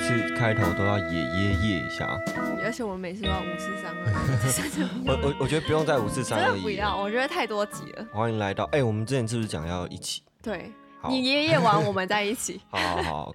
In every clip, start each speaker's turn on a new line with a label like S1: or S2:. S1: 次开头都要也耶耶一下。
S2: 而且我们每次都要五四三二，真的 不
S1: 我
S2: 用
S1: 我我觉得不用再五四三
S2: 真
S1: 二
S2: 的不
S1: 一。
S2: 要，我觉得太多集了。
S1: 欢迎来到，哎、我们之前是不是讲要一起？
S2: 对
S1: 好，
S2: 你爷爷玩，我们在一起。
S1: 好好好，
S2: 好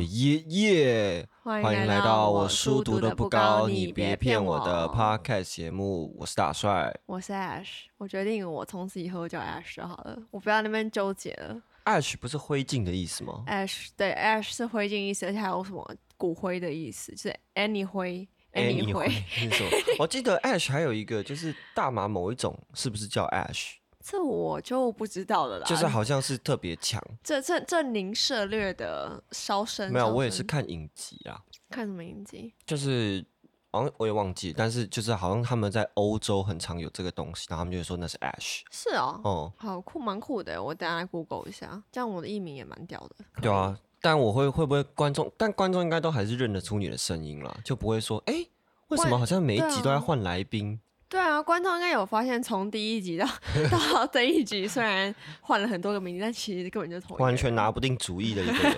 S1: 也耶耶。
S2: 欢
S1: 欢迎来到我书读的
S2: 的
S1: 不高，
S2: 高，
S1: 你别骗我的 Podcast 节目，我是大帅。
S2: 我是 Ash，我决定我从此以后叫 Ash 就好了，我不要那边纠结了。
S1: Ash 不是灰烬的意思吗？
S2: Ash 对 Ash 是灰烬意思，而且还有什么骨灰的意思，就是 any 灰 any 灰。
S1: 是什么？我记得 Ash 还有一个就是大麻某一种，是不是叫 Ash？
S2: 这我就不知道了啦。
S1: 就是好像是特别强。
S2: 这这这您涉略的烧身
S1: 没有，我也
S2: 烧
S1: 是
S2: 身
S1: 看影集啊，
S2: 看什么影集？
S1: 就是好像我也忘记，但是就是好像他们在欧洲很常有这个东西，然后他们就会说那是 Ash。
S2: 是哦，
S1: 哦、
S2: 好酷，蛮酷的。我等下来 Google 一下，这样我的艺名也蛮屌的。
S1: 对啊，
S2: 嗯
S1: 但我会会不会观众？但观众应该都还是认得出你的声音啦，就不会说哎。诶为什么
S2: 会
S1: 好像每一
S2: 对
S1: 集
S2: 啊
S1: 都在换来宾？
S2: 对啊，观众应该有发现，从第一集 到到这一集，虽然换了很多个名字，但其实根本就是同一个人
S1: 完全拿不定主意的一个 人。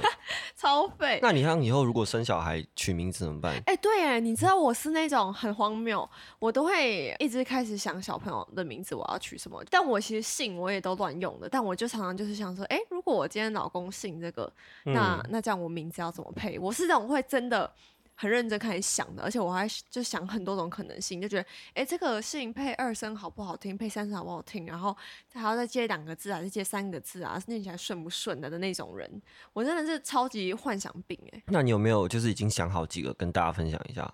S2: 超废。
S1: 那你看以后如果生小孩取名字怎么办？
S2: 哎、对哎，你知道我是那种很荒谬，我都会一直开始想小朋友的名字我要取什么，但我其实姓我也都乱用的，但我就常常就是想说，哎、如果我今天老公姓这个，
S1: 嗯
S2: 那、那这样我名字要怎么配？我是那种会真的很认真开始想的，而且我还就想很多种可能性，就觉得，哎、这个姓配二声好不好听，配三声好不好听，然后还要再接两个字啊，再接三个字啊，念起来顺不顺的的那种人，我真的是超级幻想病哎、
S1: 那你有没有就是已经想好几个跟大家分享一下？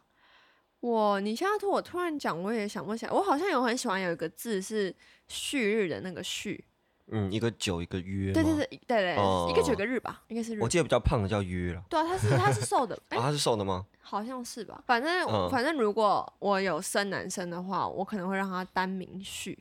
S2: 我，你现在突我突然讲，我也想不起来。我好像有很喜欢有一个字是旭日的那个旭，
S1: 嗯，一个酒一个约。
S2: 对对，对对对，
S1: 哦
S2: 一个九个日吧，应该是日
S1: 我。记得比较胖的叫约了。
S2: 对啊，他是他是 瘦的，哎、
S1: 啊，他是瘦的吗？
S2: 好像是吧。反正、
S1: 嗯
S2: 反正如果我有生男生的话，我可能会让他单名旭，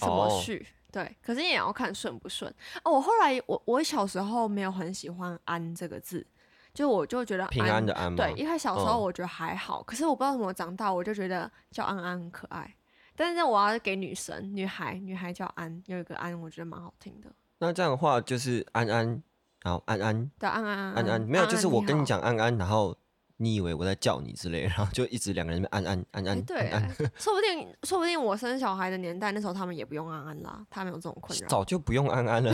S2: 什么
S1: 哦
S2: 旭？对，可是也要看顺不顺哦。我后来我我小时候没有很喜欢安这个字，就我就觉得
S1: 平安的安吗？
S2: 对，因为小时
S1: 嗯
S2: 候我觉得还好，可是我不知道怎么长大，我就觉得叫安安很可爱。但是我要给女生、女孩、女孩叫安，有一个安，我觉得蛮好听的。
S1: 那这样的话就是安安，好安安
S2: 对，安安嗯安
S1: 安安，没有，就是我跟你，
S2: 安
S1: 讲安安，然后你以为我在叫你之类，然后就一直两个人在那边安安安
S2: 好哎
S1: 安
S2: 对
S1: 安 安，
S2: 哎，说不定说不定我生小孩的年代，那时候他们也不用安安啦，他们有这种困扰。
S1: 早就不用安安了，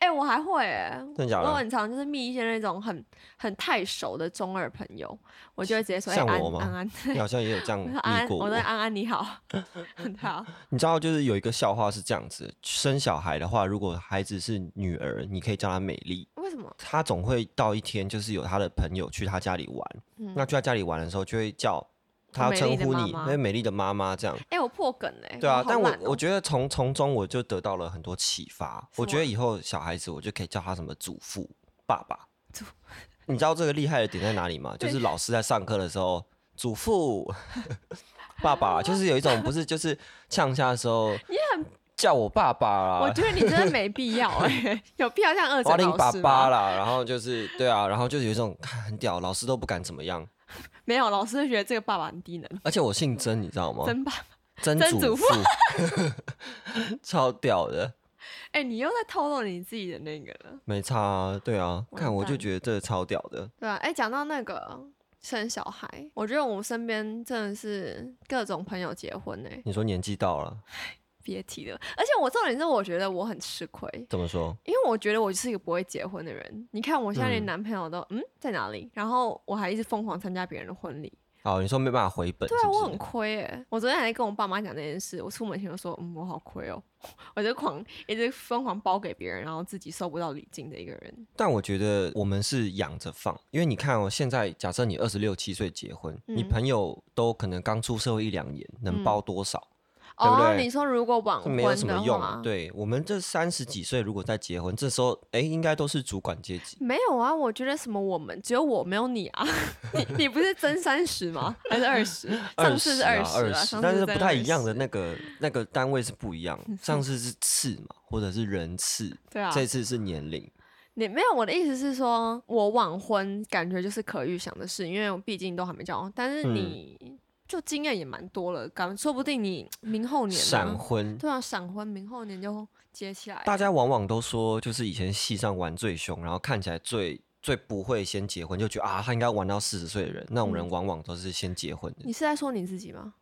S2: 哎、我还会哎、
S1: 真的假
S2: 我
S1: 的？
S2: 很常就是密一些那种很很太熟的中二朋友，我就会直接说哎、
S1: 像
S2: 安
S1: 我吗
S2: 安安，
S1: 你好像也有这样
S2: 我说安
S1: 遇
S2: 安，
S1: 过
S2: 我说
S1: 我。
S2: 安安 你好，啊很好，
S1: 你知道，就是有一个笑话是这样子：生小孩的话，如果孩子是女儿，你可以叫她美丽。
S2: 为什么？
S1: 她总会到一天，就是有她的朋友去她家里玩，
S2: 嗯
S1: 那去她家里玩的时候，就会叫她
S2: 美
S1: 称
S2: 丽的
S1: 呼
S2: 妈
S1: 你，
S2: 妈
S1: 因为美丽的妈妈这样。
S2: 哎、我破梗嘞、
S1: 对啊
S2: 好，
S1: 但我
S2: 懒哦
S1: 我觉得从从中我就得到了很多启发。我
S2: 什
S1: 觉得
S2: 么
S1: 以后小孩子我就可以叫他什么祖父、爸 爸。你知道这个厉害的点在哪里吗？就是老师在上课的时候，祖 父、爸爸，就是有一种不是就是呛下的时 候，你很叫我爸爸
S2: 我
S1: 啦，
S2: 觉得你真的没必 要哎、 有必要这样二
S1: 我
S2: 诊
S1: 要领爸
S2: 老师啊
S1: 爸
S2: 吗？
S1: 啦，然后就是对啊，然后就是有一种看很屌，老师都不敢怎么样。
S2: 没有，老师就觉得这个爸爸很低能，
S1: 而且我姓曾，你知道吗？
S2: 真爸。
S1: 曾
S2: 曾
S1: 祖
S2: 祖
S1: 父， 超屌的。
S2: 哎、你又在透露你自己的那个了，
S1: 没差、啊，对啊，
S2: 完
S1: 看我就
S2: 蛋
S1: 觉得这超屌的。
S2: 对吧、哎、讲到那个生小孩，我觉得我们身边真的是各种朋友结婚哎、
S1: 你说年纪到了，
S2: 别提了。而且我重点是，我觉得我很吃亏，
S1: 怎么说？
S2: 因为我觉得我就是一个不会结婚的人。你看我现在连
S1: 嗯
S2: 男朋友都嗯在哪里，然后我还一直疯狂参加别人的婚礼，
S1: 哦，你说没办法回本，
S2: 对
S1: 是
S2: 啊，
S1: 不
S2: 我
S1: 是
S2: 很亏哎、我昨天还跟我爸妈讲这件事，我出门前就说，嗯，我好亏哦、 我就狂一直疯狂包给别人，然后自己收不到礼金的一个人。
S1: 但我觉得我们是养着放，因为你看哦，现在假设你二十六七岁结婚，你
S2: 嗯
S1: 朋友都可能刚出社会一两年，能
S2: 嗯
S1: 包多少？对不
S2: 哦，
S1: 对
S2: 你说如果晚
S1: 这
S2: 婚
S1: 没有什么
S2: 的
S1: 用
S2: 话，。
S1: 对我们这三十几岁如果再结婚，这时候哎，应该都是主管阶级。
S2: 没有啊，我觉得什么我们只有我没有你啊， 你你不是真三十吗？还是二十？ 上次是
S1: 二
S2: 20啊
S1: 十、
S2: 上次
S1: 但是
S2: 是
S1: 不太一样
S2: 20
S1: 的那个那个单位是不一 样。上次是次嘛，或者是人次，
S2: 对啊，
S1: 这次是年龄。
S2: 你没有我的意思是说，我晚婚感觉就是可预想的事，因为我毕竟都还没交往，但是
S1: 嗯
S2: 你。就经验也蛮多了，感说不定你明后年啊
S1: 闪婚，
S2: 对啊，闪婚明后年就接起来。
S1: 大家往往都说，就是以前戏上玩最凶，然后看起来最最不会先结婚，就觉得啊，他应该玩到四十岁的人，那种人往往都是先结婚的。
S2: 嗯你是在说你自己吗？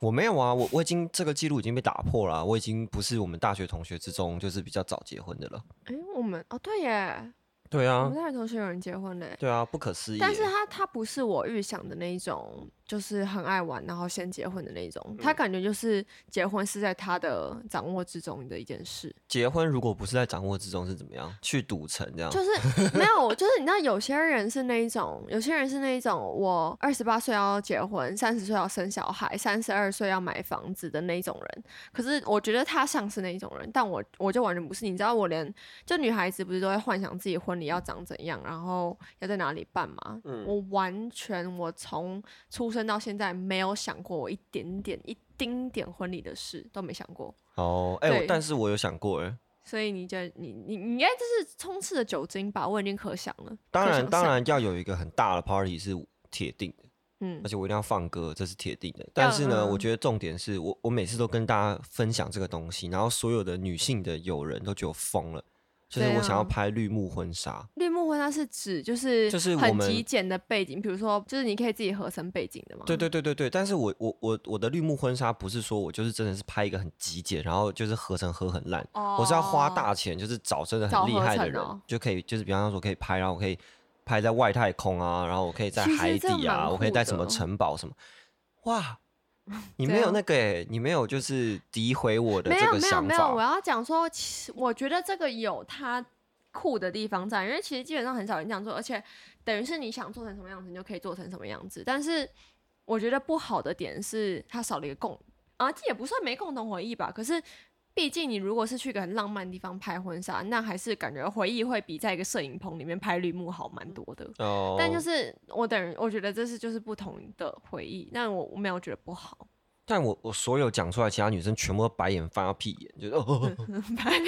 S1: 我没有啊，我我已经这个记录已经被打破了啊、我已经不是我们大学同学之中就是比较早结婚的了。
S2: 哎、我们哦，对耶，
S1: 对
S2: 我
S1: 啊
S2: 们，大学同学有人结婚嘞、
S1: 对啊，不可思议耶。
S2: 嗯但是他他不是我预想的那一种，就是很爱玩然后先结婚的那一种。他感觉就是结婚是在他的掌握之中的一件事，
S1: 结婚如果不是在掌握之中是怎么样？去赌城这样？
S2: 就是没有，就是你知道有些人是那一种，有些人是那一种，我二十八岁要结婚，三十岁要生小孩，三十二岁要买房子的那一种人。可是我觉得他像是那一种人，但我我就完全不是。你知道我连就女孩子不是都会幻想自己婚礼要长怎样，然后要在哪里办吗？
S1: 嗯
S2: 我完全，我从出生到现在没有想过我一点点、一丁点婚礼的事都没想过。
S1: 哦，哎、我
S2: 对
S1: 但是我有想过哎、
S2: 所以你觉得你你你应该就是充斥着酒精吧？我已经可想了。
S1: 当
S2: 可
S1: 然
S2: 想
S1: 当
S2: 象，
S1: 然要有一个很大的 party 是铁定的，
S2: 嗯
S1: 而且我一定要放歌，这是铁定的。但是呢，
S2: 嗯
S1: 我觉得重点是我我每次都跟大家分享这个东西，然后所有的女性的友人都觉得我疯了，就是
S2: 对
S1: 我想要
S2: 啊
S1: 拍绿幕婚纱。
S2: 绿幕婚纱是指就是
S1: 就是我
S2: 很
S1: 们
S2: 极简的背景，比如说就是你可以自己合成背景的嘛。
S1: 对对对对对，但是我我我我的绿幕婚纱不是说我就是真的是拍一个很极简，然后就是合成合很烂，
S2: 哦，
S1: 我是要花大钱，就是找真的
S2: 找
S1: 很厉
S2: 合
S1: 害的
S2: 成
S1: 人，
S2: 哦
S1: 就可以就是比方说可以拍，然后我可以拍在外太空啊，然后我可以在
S2: 其实
S1: 海
S2: 这
S1: 底啊，
S2: 蛮
S1: 我可以
S2: 酷
S1: 在什么
S2: 的哦
S1: 城堡什么，哇！你
S2: 怎
S1: 没有
S2: 样
S1: 那个、欸，你没有就是诋毁我的
S2: 啊没
S1: 这
S2: 有
S1: 个
S2: 没有
S1: 想
S2: 没有，我
S1: 法，
S2: 要讲说，其实我觉得这个有它酷的地方在，因为其实基本上很少人这样做，而且等于是你想做成什么样子，你就可以做成什么样子。但是我觉得不好的点是它少了一个共啊，这也不算没共同回忆吧。可是毕竟你如果是去一个很浪漫的地方拍婚纱，那还是感觉回忆会比在一个摄影棚里面拍绿幕好蛮多的。
S1: 哦，
S2: 但就是我等于我觉得这是就是不同的回忆，但我我没有觉得不好。
S1: 但我我所有讲出来，其他女生全部都白眼翻到屁眼，就是
S2: 嗯
S1: 哦哦， 哦
S2: 白，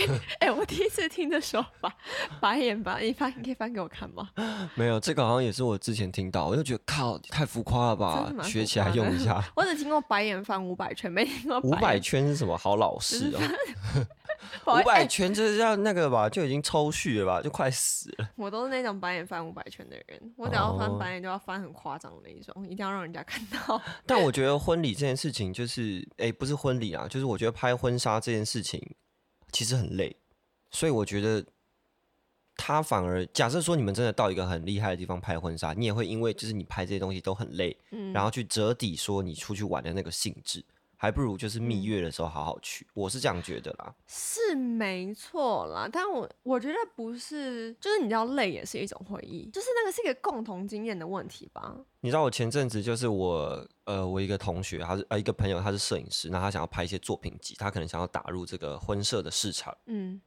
S2: 哎、我第一次听的说法，白眼吧，你翻，你可以翻给我看吗？
S1: 没有，这个好像也是我之前听到，我就觉得靠，太浮夸了吧
S2: 真的，蛮
S1: 学
S2: 浮
S1: 起来
S2: 夸的
S1: 用一下。
S2: 我只听过白眼翻五百圈，没听过
S1: 五
S2: 白
S1: 百
S2: 眼
S1: 圈是什么？好老
S2: 是
S1: 实哦、
S2: 不好意
S1: 五
S2: 思
S1: 百
S2: 哎
S1: 圈就是要那个吧，就已经抽蓄了吧，就快死了。
S2: 我都是那种白眼翻五百圈的人，我只要翻
S1: 哦
S2: 白眼就要翻很夸张的那一种，一定要让人家看到。
S1: 但我觉得婚礼这件事情，就是哎、诶不是婚礼啊，就是我觉得拍婚纱这件事情其实很累，所以我觉得他反而假设说你们真的到一个很厉害的地方拍婚纱，你也会因为就是你拍这些东西都很累，
S2: 嗯，
S1: 然后去折抵说你出去玩的那个兴致，还不如就是蜜
S2: 嗯
S1: 月的时候好好去，我是这样觉得啦。
S2: 是没错啦，但我我觉得不是，就是你知道累也是一种回忆，就是那个是一个共同经验的问题吧。
S1: 你知道我前阵子就是我呃，我一个同学，他是呃一个朋友，他是摄影师，那他想要拍一些作品集，他可能想要打入这个婚摄的市场，
S2: 嗯，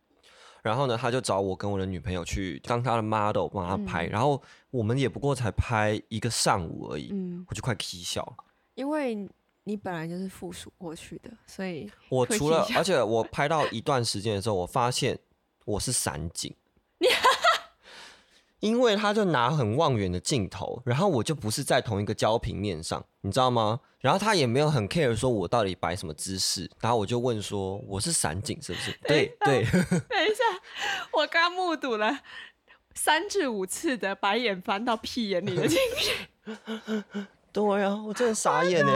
S1: 然后呢，他就找我跟我的女朋友去当他的 model 帮他拍，然后我们也不过才拍一个上午而已，
S2: 嗯，
S1: 我就快 k 笑了。
S2: 因为你本来就是附属过去的，所以
S1: 我
S2: 会
S1: 除
S2: key
S1: 了，
S2: 笑
S1: 而且我拍到一段时间的时候，我发现我是散景，因为他就拿很望远的镜头，然后我就不是在同一个焦平面上，你知道吗？然后他也没有很 care 说我到底摆什么姿势，然后我就问说我是散景是不 是？对对，
S2: 等一下，我刚目睹了三至五次的白眼翻到屁眼里 的情绪。
S1: 对啊，我真的傻眼呢、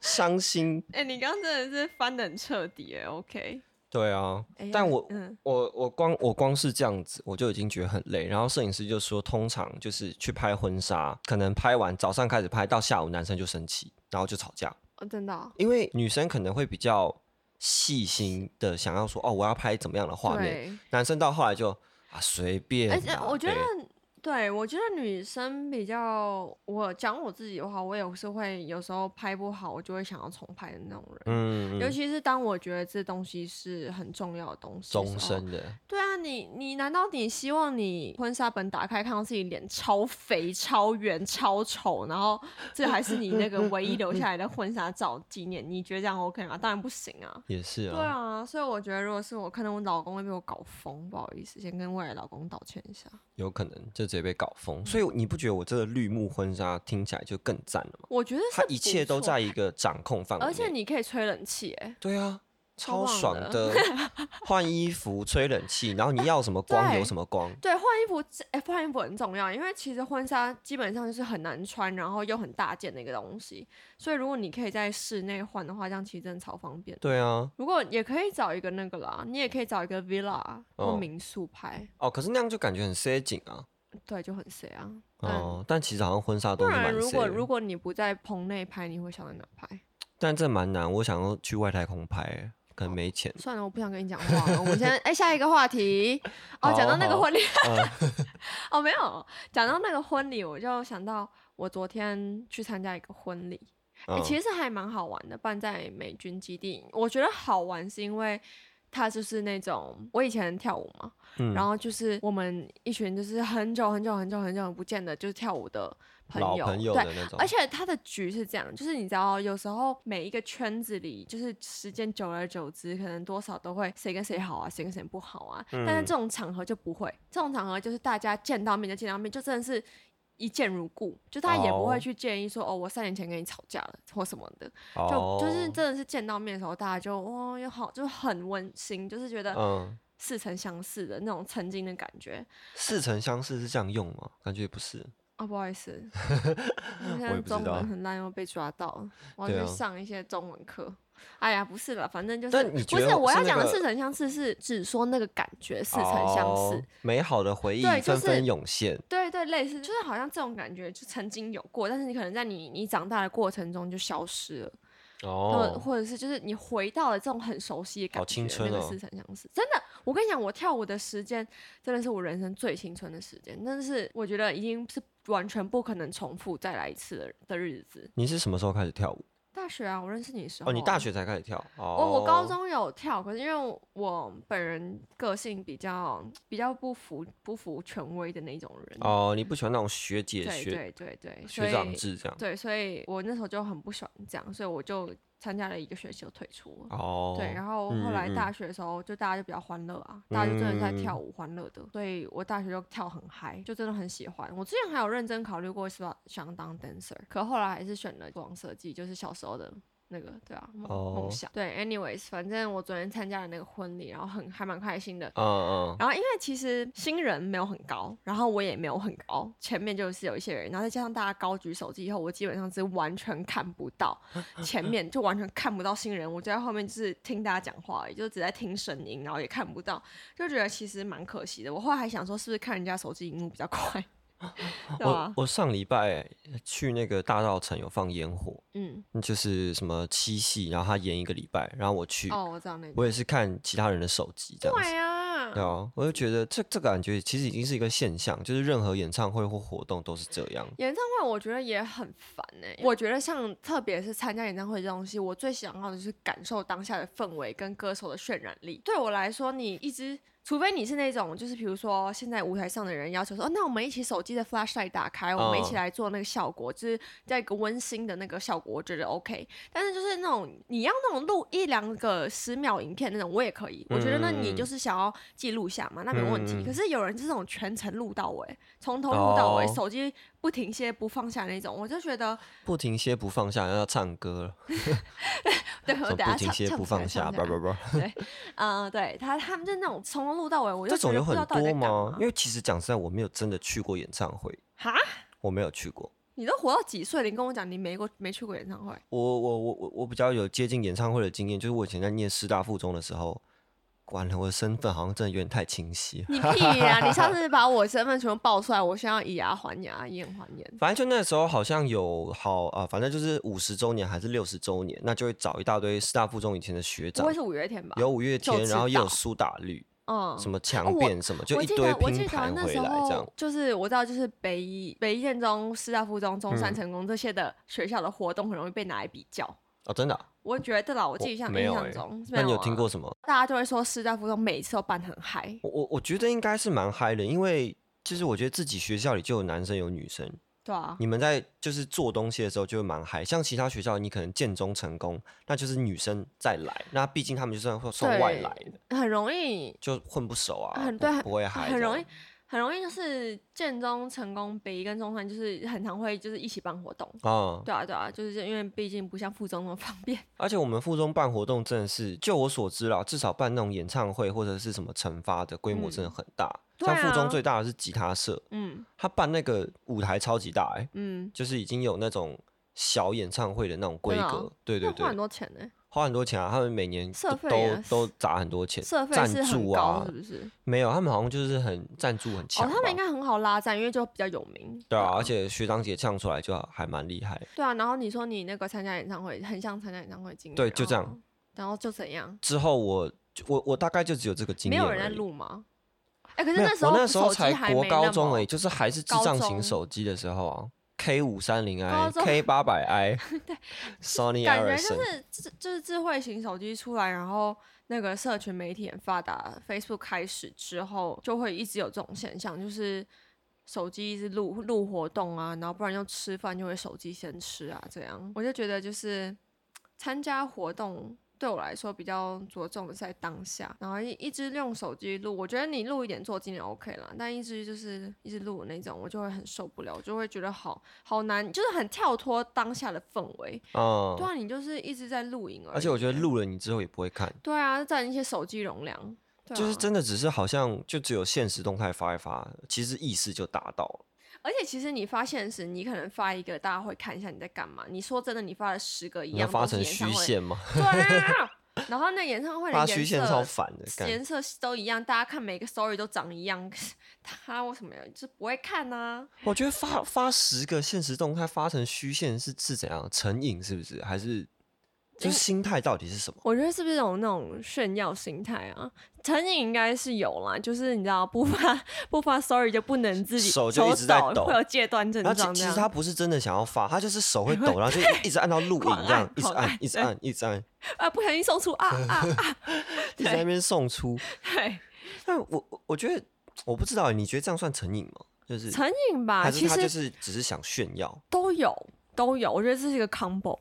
S1: 伤心。
S2: 哎、你刚刚真的是翻的很彻底哎，OK。
S1: 对啊
S2: 哎呀，
S1: 但我
S2: 嗯
S1: 我我光我光是这样子，我就已经觉得很累。然后摄影师就说，通常就是去拍婚纱，可能拍完早上开始拍到下午，男生就生气，然后就吵架，
S2: 哦，真的哦、
S1: 因为女生可能会比较细心的想要说，哦，我要拍怎么样的画面，
S2: 对，
S1: 男生到后来就啊随便啦，
S2: 而且我觉得
S1: 对。
S2: 对，我觉得女生比较，我讲我自己的话，我也是会有时候拍不好，我就会想要重拍的那种人。
S1: 嗯，
S2: 尤
S1: 嗯
S2: 其是当我觉得这东西是很重要的东西，
S1: 终。身的，
S2: 对啊，你你难道你希望你婚纱本打开看到自己脸超肥、超圆、超丑，然后这还是你那个唯一留下来的婚纱照纪念？你觉得这样 OK 吗？当然不行啊。
S1: 也是
S2: 对
S1: 啊，
S2: 啊，所以我觉得如果是我，可能我老公会被我搞疯，不好意思，先跟未来老公道歉一下。
S1: 有可能就直接被搞
S2: 嗯
S1: 疯。所以你不觉得我这个绿幕婚纱听起来就更赞了吗？
S2: 我觉得
S1: 它
S2: 是
S1: 一
S2: 不
S1: 切都
S2: 错，啊
S1: 在一个掌控范围内，
S2: 而且你可以吹冷气、欸，
S1: 对啊，超
S2: 忘
S1: 爽
S2: 了
S1: 的。换衣服、吹冷气，然后你要什么光有
S2: 对
S1: 什么光。
S2: 对，换衣服，哎、换衣服很重要，因为其实婚纱基本上就是很难穿，然后又很大件的一个东西，所以如果你可以在室内换的话，这样其实真的超方便。
S1: 对啊，
S2: 如果也可以找一个那个啦，你也可以找一个 villa
S1: 哦
S2: 或民宿拍，
S1: 哦，可是那样就感觉很塞紧啊。
S2: 对，就很 C 啊。
S1: 哦，但其实好像婚纱
S2: 不
S1: 都是
S2: 然
S1: 蛮
S2: 如
S1: 塞
S2: 果如
S1: 的，
S2: 果你不在棚内拍，你会想在哪拍？
S1: 但这蛮难。我想要去外太空拍，可能没 钱。
S2: 算了，我不想跟你讲话 了。我们先哎、下一个话题哦，讲到那个
S1: 好
S2: 婚礼
S1: 呃
S2: 哦，没有讲到那个婚礼，我就想到我昨天去参加一个婚礼，哎、
S1: 嗯
S2: 其实还蛮好玩的，办在美军基地。我觉得好玩是因为它就是那种我以前跳舞嘛，
S1: 嗯
S2: 然后就是我们一群就是很久很久很久很久不见的，就是跳舞的朋
S1: 老
S2: 友，
S1: 朋友
S2: 对。
S1: 的那种，
S2: 而且它的局是这样，就是你知道，有时候每一个圈子里，就是时间久而久之，可能多少都会谁跟谁好啊，谁跟谁不好啊。但是
S1: 嗯
S2: 这种场合就不会，这种场合就是大家见到面就见到面，就真的是一见如故，就他也不
S1: 哦
S2: 会去建议说哦，我三年前跟你吵架了或什么的，
S1: 哦
S2: 就就是真的是见到面的时候，大家就哇，又好，就是很温馨，就是觉得
S1: 嗯，
S2: 似曾相识的那种曾经的感觉。
S1: 似曾相识是这样用吗？感觉也不是。
S2: 啊、不好 意思，我现
S1: 我
S2: 在
S1: 也不知
S2: 中
S1: 道
S2: 文很烂，又被抓到了，我
S1: 对
S2: 要
S1: 啊
S2: 去上一些中文课。哎呀，不是啦，反正就是，
S1: 但你觉
S2: 不是
S1: 得
S2: 我
S1: 是
S2: 要
S1: 那
S2: 讲的
S1: 个
S2: 似曾相识，是指说那个感觉似曾相识。
S1: 哦美好的回忆
S2: 对就
S1: 纷纷
S2: 是
S1: 涌现。
S2: 对对，类似就是好像这种感觉，就曾经有过，但是你可能在你你长大的过程中就消失了，或、
S1: 哦，
S2: 或者是就是你回到了这种很熟悉的感觉，
S1: 好青春
S2: 那
S1: 哦
S2: 个似曾相识。真的，我跟你讲，我跳舞的时间真的是我人生最青春的时间，但是我觉得已经是完全不可能重复再来一次的的日子。
S1: 你是什么时候开始跳舞？
S2: 大学啊，我认识你的时候
S1: 哦，
S2: 啊，
S1: 你大学才开始跳。哦，
S2: 我我高中有跳，可是因为我本人个性比较比较不服不服权威的那种人，
S1: 哦，你不喜欢那种学姐
S2: 嗯对
S1: 学
S2: 对对对，所
S1: 学
S2: 以
S1: 长制这样。
S2: 对，所以我那时候就很不喜欢这样，所以我就参加了一个学期就退出了。
S1: 哦，
S2: 对，然后
S1: 嗯
S2: 后来
S1: 嗯
S2: 大
S1: 嗯
S2: 学的时候，就大家就比较欢乐啊，大家就真的在
S1: 嗯
S2: 跳舞欢乐的，所以我大学就跳很嗨，就真的很喜欢。我之前还有认真考虑过是吧，想当 dancer，可后来还是选了广设计，就是小时候的那个对啊梦
S1: 哦
S2: 梦想。对，anyways，反正我昨天参加了那个婚礼，然后很还蛮开心的。
S1: 嗯嗯，
S2: 然后因为其实新人没有很高，然后我也没有很高，前面就是有一些人，然后再加上大家高举手机以后，我基本上是完全看不 到前面，就完全看不到新人，我就在后面就是听大家讲话而已，就只在听声音，然后也看不到，就觉得其实蛮可惜的。我后来还想说，是不是看人家手机荧幕比较 快， 对吧
S1: 我？我上礼拜去那个大稻城有放烟火，
S2: 嗯，
S1: 就是什么七夕，然后他延一个礼拜，然后我去，
S2: 哦，我知道那个，
S1: 我也是看其他人的手机这样
S2: 对
S1: 子。
S2: 啊
S1: 对，啊，我就觉得这这个感觉其实已经是一个现象，就是任何演唱会或活动都是这样。
S2: 演唱会我觉得也很烦哎、我觉得像特别是参加演唱会这东西，我最想要的就是感受当下的氛围跟歌手的渲染力。对我来说，你一直。除非你是那种，就是比如说现在舞台上的人要求说，哦，那我们一起手机的 flashlight 打开，我们一起
S1: 嗯
S2: 来做那个效果，就是在一个温馨的那个效果，我觉得 OK。但是就是那种你要那种录一两个十秒影片那种，我也可以。我觉得那
S1: 嗯嗯
S2: 你
S1: 嗯
S2: 就是想要记录下嘛，那没问题。
S1: 嗯嗯嗯
S2: 可是有人就是那种全程录到欸尾，从头录到尾，
S1: 哦
S2: 手机不停歇不放下那种，我就觉得，
S1: 不停歇不放下，要唱歌了，
S2: 对
S1: 什
S2: 我
S1: 么
S2: 等下
S1: 不停
S2: 唱
S1: 歇
S2: 唱
S1: 不
S2: 起来
S1: 放下，
S2: 唱起
S1: 叭
S2: 来
S1: 叭叭。
S2: 嗯，对他他们就那种从头录到尾，我就
S1: 这种
S2: 觉得
S1: 有
S2: 不知
S1: 很
S2: 道到底
S1: 多
S2: 在干
S1: 吗
S2: 嘛？
S1: 因为其实讲实在，我没有真的去过演唱会，
S2: 哈，
S1: 我没有去过。
S2: 你都活到几岁了？你跟我讲你没过没去过演唱 会？
S1: 我我我我我比较有接近演唱会的经验，就是我以前在念师大附中的时候，完了我的身份好像真的有点太清晰。
S2: 你屁呀、你上次把我身份全部爆出来，我现在要以牙还牙，以眼还眼。
S1: 反正就那时候好像有好啊、反正就是五十周年还是六十周年，那就会找一大堆师大附中以前的学
S2: 不
S1: 长
S2: 会，是五月天吧？
S1: 有五月
S2: 就
S1: 天，
S2: 知
S1: 然后也有
S2: 道
S1: 苏打绿，
S2: 嗯，
S1: 什么
S2: 哦
S1: 强
S2: 我
S1: 辩什么，就
S2: 我
S1: 一
S2: 记
S1: 堆
S2: 得我记
S1: 拼
S2: 得
S1: 盘
S2: 那
S1: 回
S2: 时
S1: 来这样
S2: 候。就是我知道，就是北一、北一建中、师大附中、中山
S1: 嗯
S2: 成功这些的学校的活动，很容易被拿来比较。
S1: 哦，真的啊、
S2: 我觉得啦，我自己
S1: 我
S2: 像
S1: 没
S2: 印
S1: 有
S2: 象
S1: 欸
S2: 中，
S1: 那你有
S2: 啊
S1: 听过什么？
S2: 大家就会说师大附中每一次都办很嗨，
S1: 我我我觉得应该是蛮嗨的，因为就是我觉得自己学校里就有男生有女生，
S2: 对啊，
S1: 你们在就是做东西的时候就会蛮嗨，像其他学校你可能建中成功，那就是女生再来，那毕竟他们就是算算外来的，
S2: 很容易，
S1: 就混不熟啊，
S2: 很
S1: 不
S2: 对，很
S1: 不会嗨这样，
S2: 很容易。很容易就是建中、成功、北一跟中山，就是很常会就是一起办活动。
S1: 啊、
S2: 对啊，对啊，就是因为毕竟不像附中那么方便。
S1: 而且我们附中办活动真的是，就我所知啦，至少办那种演唱会或者是什么惩罚的规模真的很大。
S2: 对
S1: 像
S2: 啊
S1: 附中最大的是吉他社，
S2: 嗯
S1: 他办那个舞台超级大、欸，
S2: 嗯，
S1: 就是已经有那种小演唱会的那种规
S2: 真的
S1: 格。
S2: 哦
S1: 对对
S2: 那
S1: 对
S2: 花，很多钱欸呢，
S1: 花很多钱啊，他们每年
S2: 社
S1: 都
S2: 费也
S1: 都都砸很多钱，
S2: 社费
S1: 赞
S2: 是很
S1: 助
S2: 高，
S1: 啊
S2: 是，不是？
S1: 没有，他们好像就是很赞助很
S2: 哦
S1: 强，吧。
S2: 他们应该哦很好拉赞，因为就比较有名。
S1: 对啊，而且学长姐唱出来就还蛮厉害。
S2: 对啊，然后你说你那个参加演唱会，很像参加演唱会经历，
S1: 对就这
S2: 然后
S1: 样，
S2: 然后就怎样？
S1: 之后我我我大概就只有这个经
S2: 没
S1: 验
S2: 有
S1: 而已，
S2: 人在录吗？哎，可是
S1: 没有，
S2: 那时
S1: 我
S2: 候
S1: 那时候
S2: 手机
S1: 才
S2: 还
S1: 国
S2: 没
S1: 高
S2: 那
S1: 中
S2: 么
S1: 而已，就是还是智
S2: 高
S1: 障型
S2: 中
S1: 手机的时候啊，K 五三零
S2: 高
S1: i、
S2: 中
S1: K 八 百 i，，Sony
S2: 感觉
S1: Ericsson，
S2: 就是啊智就是智慧型手机出来，然后那个社群媒体很发达，Facebook 开始之后，就会一直有这种现象，就是手机一直录录活动啊，然后不然就吃饭就会手机先吃啊，这样我就觉得就是参加活动。对我来说，比较着重的是在当下，然后一一直用手机录，我觉得你录一点做纪念 OK 啦，但一直就是一直录的那种，我就会很受不了，我就会觉得好好难，就是很跳脱当下的氛围。对
S1: 嗯，
S2: 啊，你就是一直在录影而已。
S1: 而且我觉得，录了你之后也不会看，
S2: 对啊，占一些手机容量。对啊
S1: 就是，真的只是好像就只有现实动态发一发，其实意思就达到了。
S2: 而且其实你发现时，你可能发一个，大家会看一下你在干嘛。你说真的，你发了十个一
S1: 你要
S2: 样
S1: 发
S2: 都
S1: 成
S2: 是演唱
S1: 虚
S2: 会，
S1: 线吗？
S2: 对啊。 然后那演唱会的
S1: 发
S2: 颜
S1: 虚线超
S2: 色、
S1: 烦的，感
S2: 颜色都一样，大家看每个 story 都长一样， 他为什么要就是不会看啊呢、
S1: 我觉得发发十个现实动态发成虚线是是怎样成瘾是不是？还是
S2: 哎
S1: 就是心态到底是什么？
S2: 我觉得是不是有那种炫耀心态啊？成瘾应该是有啦，就是你知道不发 不发 story 就不能自己
S1: 手就一直在
S2: 手
S1: 抖
S2: 会有戒断症
S1: 然
S2: 状
S1: 后其
S2: 这
S1: 其实他
S2: 样。
S1: 不是真的想要发，他就是手会抖，然后就一一直按到录影
S2: 狂
S1: 这样
S2: 按，
S1: 一直
S2: 狂
S1: 按
S2: 按，
S1: 一直
S2: 对
S1: 按，一直 按，
S2: 啊，不小心送出啊啊 哎啊！
S1: 一直在那边送出。
S2: 对，
S1: 但我我我觉得我不知道，你觉得这样算成瘾吗？就是
S2: 成瘾吧，
S1: 还是
S2: 其
S1: 他就
S2: 实
S1: 是只是想炫耀
S2: 都有都有，我觉得这是一个 combo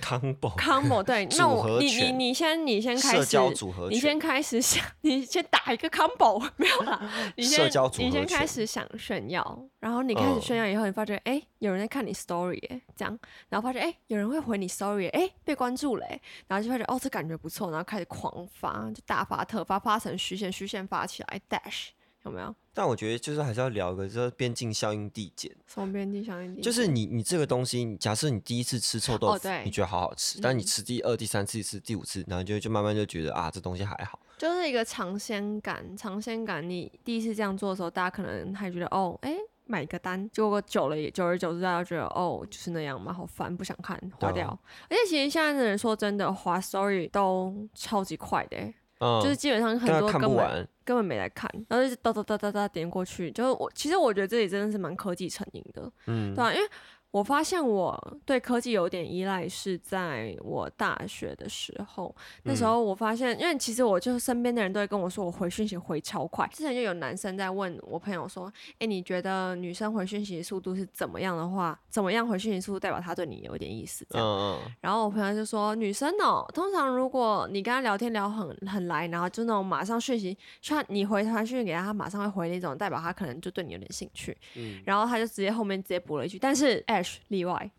S1: combo
S2: combo 对，那
S1: 哦组合
S2: 我你
S1: 拳
S2: 你你先你先开
S1: 社
S2: 始。
S1: 交组合
S2: 你
S1: 拳
S2: 先开始想，你先打一个 combo 没有 啦，你
S1: 社
S2: 先
S1: 交组
S2: 你
S1: 合
S2: 先开
S1: 拳
S2: 始想炫耀，然后你开始
S1: 嗯
S2: 炫耀以后，你发觉哎、诶有人在看你 story 哎、这样，然后发觉哎、诶有人会回你 story 哎、诶被关注了哎、然后就发觉哦这感觉不错，然后开始狂发，就大发特发，发成虚线，虚线发起来 dash 有没有？
S1: 但我觉得就是还是要聊一个，就是边境效应递减。
S2: 什么边际效应？
S1: 就是你你这个东西，你假设你第一次吃臭豆
S2: 哦
S1: 腐，
S2: 对
S1: 你觉得好好吃，但你
S2: 嗯
S1: 吃第二、第三次、吃第五次，然后就就慢慢就觉得啊，这东西还好。
S2: 就是一个尝鲜感，尝鲜感。你第一次这样做的时候，大家可能还觉得哦，哎、买个单，结果久了也久而久之，大家觉得哦，就是那样嘛，好烦，不想看，
S1: 对
S2: 划
S1: 啊
S2: 掉。而且其实现在的人说真的，划 story 都超级快的、欸
S1: 嗯，
S2: 就是基本上很
S1: 但
S2: 多
S1: 看
S2: 根
S1: 不
S2: 本
S1: 完。
S2: 根本没来看，然后就是哒哒哒哒哒点过去。就是我其实我觉得这里真的是蛮科技成瘾的，
S1: 嗯
S2: 对，啊，因为我发现我对科技有点依赖是在我大学的时候。那时
S1: 嗯
S2: 候我发现，因为其实我就身边的人都会跟我说，我回讯息回超快。之前就有男生在问我朋友说：“哎、你觉得女生回讯息速度是怎么样的话，怎么样回讯息速度代表她对你有点意思？”这
S1: 嗯
S2: 样。
S1: 嗯，
S2: 然后我朋友就说：“女生哦，通常如果你跟她聊天聊很很来，然后就那种马上讯息，像你回传讯息给她，她马上会回那种，代表她可能就对你有点兴趣。
S1: 嗯
S2: 然后他就直接后面直接补了一句，但是 Ash 例 外，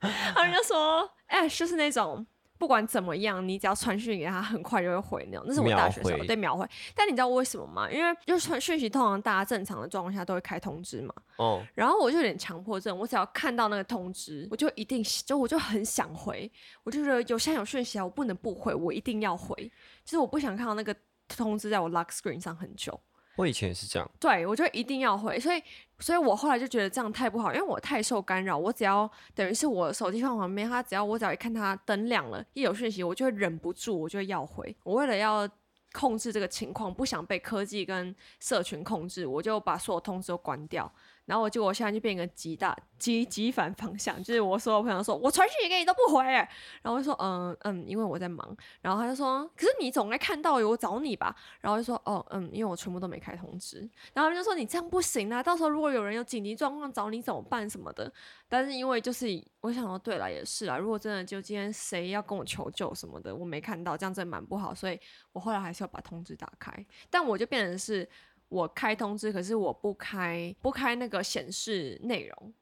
S2: 他们就说 Ash 就是那种不管怎么样，你只要传讯给他，很快就会回那种。那是我大学时
S1: 秒
S2: 候
S1: 回
S2: 对秒回，但你知道为什么吗？因为就是传讯息，通常大家正常的状况下都会开通知嘛。
S1: 哦，
S2: 然后我就有点强迫症，我只要看到那个通知，我就一定就我就很想回，我就觉得有现在有讯息啊，我不能不回，我一定要回，就是我不想看到那个通知在我 lock screen 上很久。
S1: 我以前也是这样。
S2: 对，我就一定要回，所以，所以我后来就觉得这样太不好，因为我太受干扰。我只要等于是我手机放旁边，他只要我只要一看他灯亮了，一有讯息，我就会忍不住，我就会要回。我为了要控制这个情况，不想被科技跟社群控制，我就把所有通知都关掉。然后我结果我现在就变一个极大极极反方向，就是我所有朋友说我传讯息给你都不回，然后我就说嗯嗯，因为我在忙。然后他就说，可是你总该看到有我找你吧？然后我就说哦嗯，因为我全部都没开通知。然后他们就说你这样不行啊，到时候如果有人有紧急状况找你怎么办什么的。但是因为就是我想说，对了也是啦，如果真的就今天谁要跟我求救什么的，我没看到，这样真的蛮不好，所以我后来还是要把通知打开。但我就变成是我开通知，可是我不开不开那个显示内容，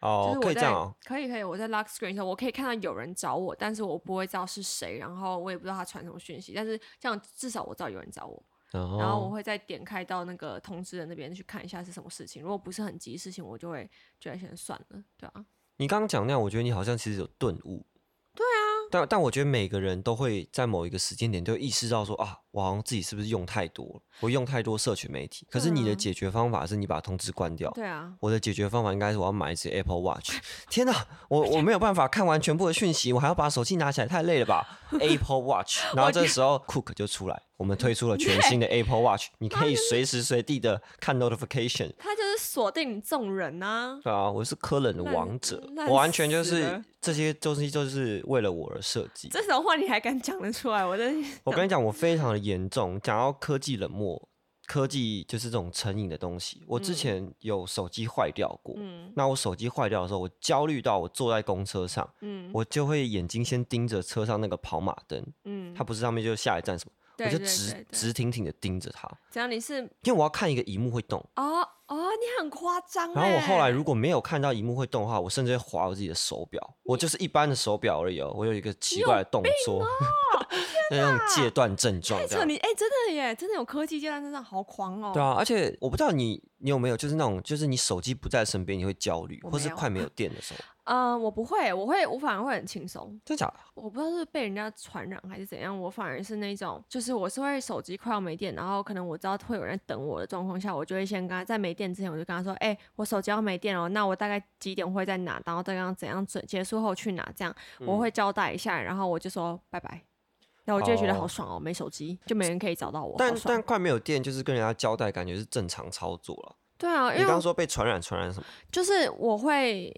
S1: 哦，
S2: 就是
S1: 可
S2: 我
S1: 以这
S2: 在
S1: 样哦。
S2: 可以可以我在 lock screen 的时候，我可以看到有人找我，但是我不会知道是谁，然后我也不知道他传什么讯息，但是这样至少我知道有人找我，
S1: 然
S2: 然后我
S1: 后
S2: 会再点开到那个通知的那边去看一下是什么事情，如果不是很急的事情，我就会觉得先算了，对啊，
S1: 你刚刚讲那样，我觉得你好像其实有顿悟。对啊，但但我觉得每个人都会在某一个时间点就会意识到说啊，我好像自己是不是用太多了，我用太多社群媒体。可是你
S2: 对啊
S1: 的解决方法是你把通知关掉。
S2: 对啊，
S1: 我的解决方法应该是我要买一只 Apple Watch。天哪，我我没有办法看完全部的讯息，我还要把手机拿起来，太累了 吧？Apple Watch，然后这时候 Cook 就出来，我们推出 了全新的 Apple Watch，你可以随时随地的看 notification。
S2: 他就是锁定你这种人呐、
S1: 对啊，我是科冷的王者
S2: 烂，烂
S1: 我完全就
S2: 死
S1: 是
S2: 了
S1: 这些东西就是为了我而设计。
S2: 这种话你还敢讲得出来？我 真是
S1: 我跟你讲，我非常的严重。讲到科技冷漠，科技就是这种成瘾的东西。我之
S2: 嗯
S1: 前有手机坏掉过，
S2: 嗯
S1: 那我手机坏掉的时候，我焦虑到我坐在公车上，
S2: 嗯
S1: 我就会眼睛先盯着车上那个跑马灯，
S2: 嗯，
S1: 它不是上面就是下一站什么，
S2: 对
S1: 我就
S2: 对对
S1: 直
S2: 对，
S1: 直挺挺的盯着它，
S2: 只要你是
S1: 因为我要看一个荧幕会动。
S2: 哦哦，你很夸张、欸。
S1: 然后我后来如果没有看到荧幕会动的话，我甚至会划我自己的手表，我就是一般的手表而已、哦，我有一个奇怪的动作， 那种戒断症状
S2: 哦太
S1: 这
S2: 扯
S1: 样。
S2: 你哎、真的耶，真的有科技阶段真的好狂哦。
S1: 对啊，而且我不知道你你有没有，就是那种就是你手机不在身边你会焦虑，
S2: 我
S1: 或是
S2: 没有
S1: 快没有电的 时候，
S2: 嗯，我不会，我会，我反而会很轻松。
S1: 真假的？
S2: 我不知道是被人家传染还是怎样，我反而是那种，就是我是会手机快要没电，然后可能我知道会有人等我的状况下，我就会先跟他在没电之前，我就跟他说，哎、我手机要没电了，那我大概几点会在哪，然后再跟他怎样准结束后去哪，这样我
S1: 嗯
S2: 会交代一下，然后我就说拜拜。那我就会觉得
S1: 哦
S2: 好爽哦，没手机就没人可以找到我，
S1: 但
S2: 好爽
S1: 但快没有电就是跟人家交代，感觉是正常操作了。
S2: 对啊，
S1: 你
S2: 因为
S1: 刚
S2: 我
S1: 刚说被传染传染什么？
S2: 就是我会，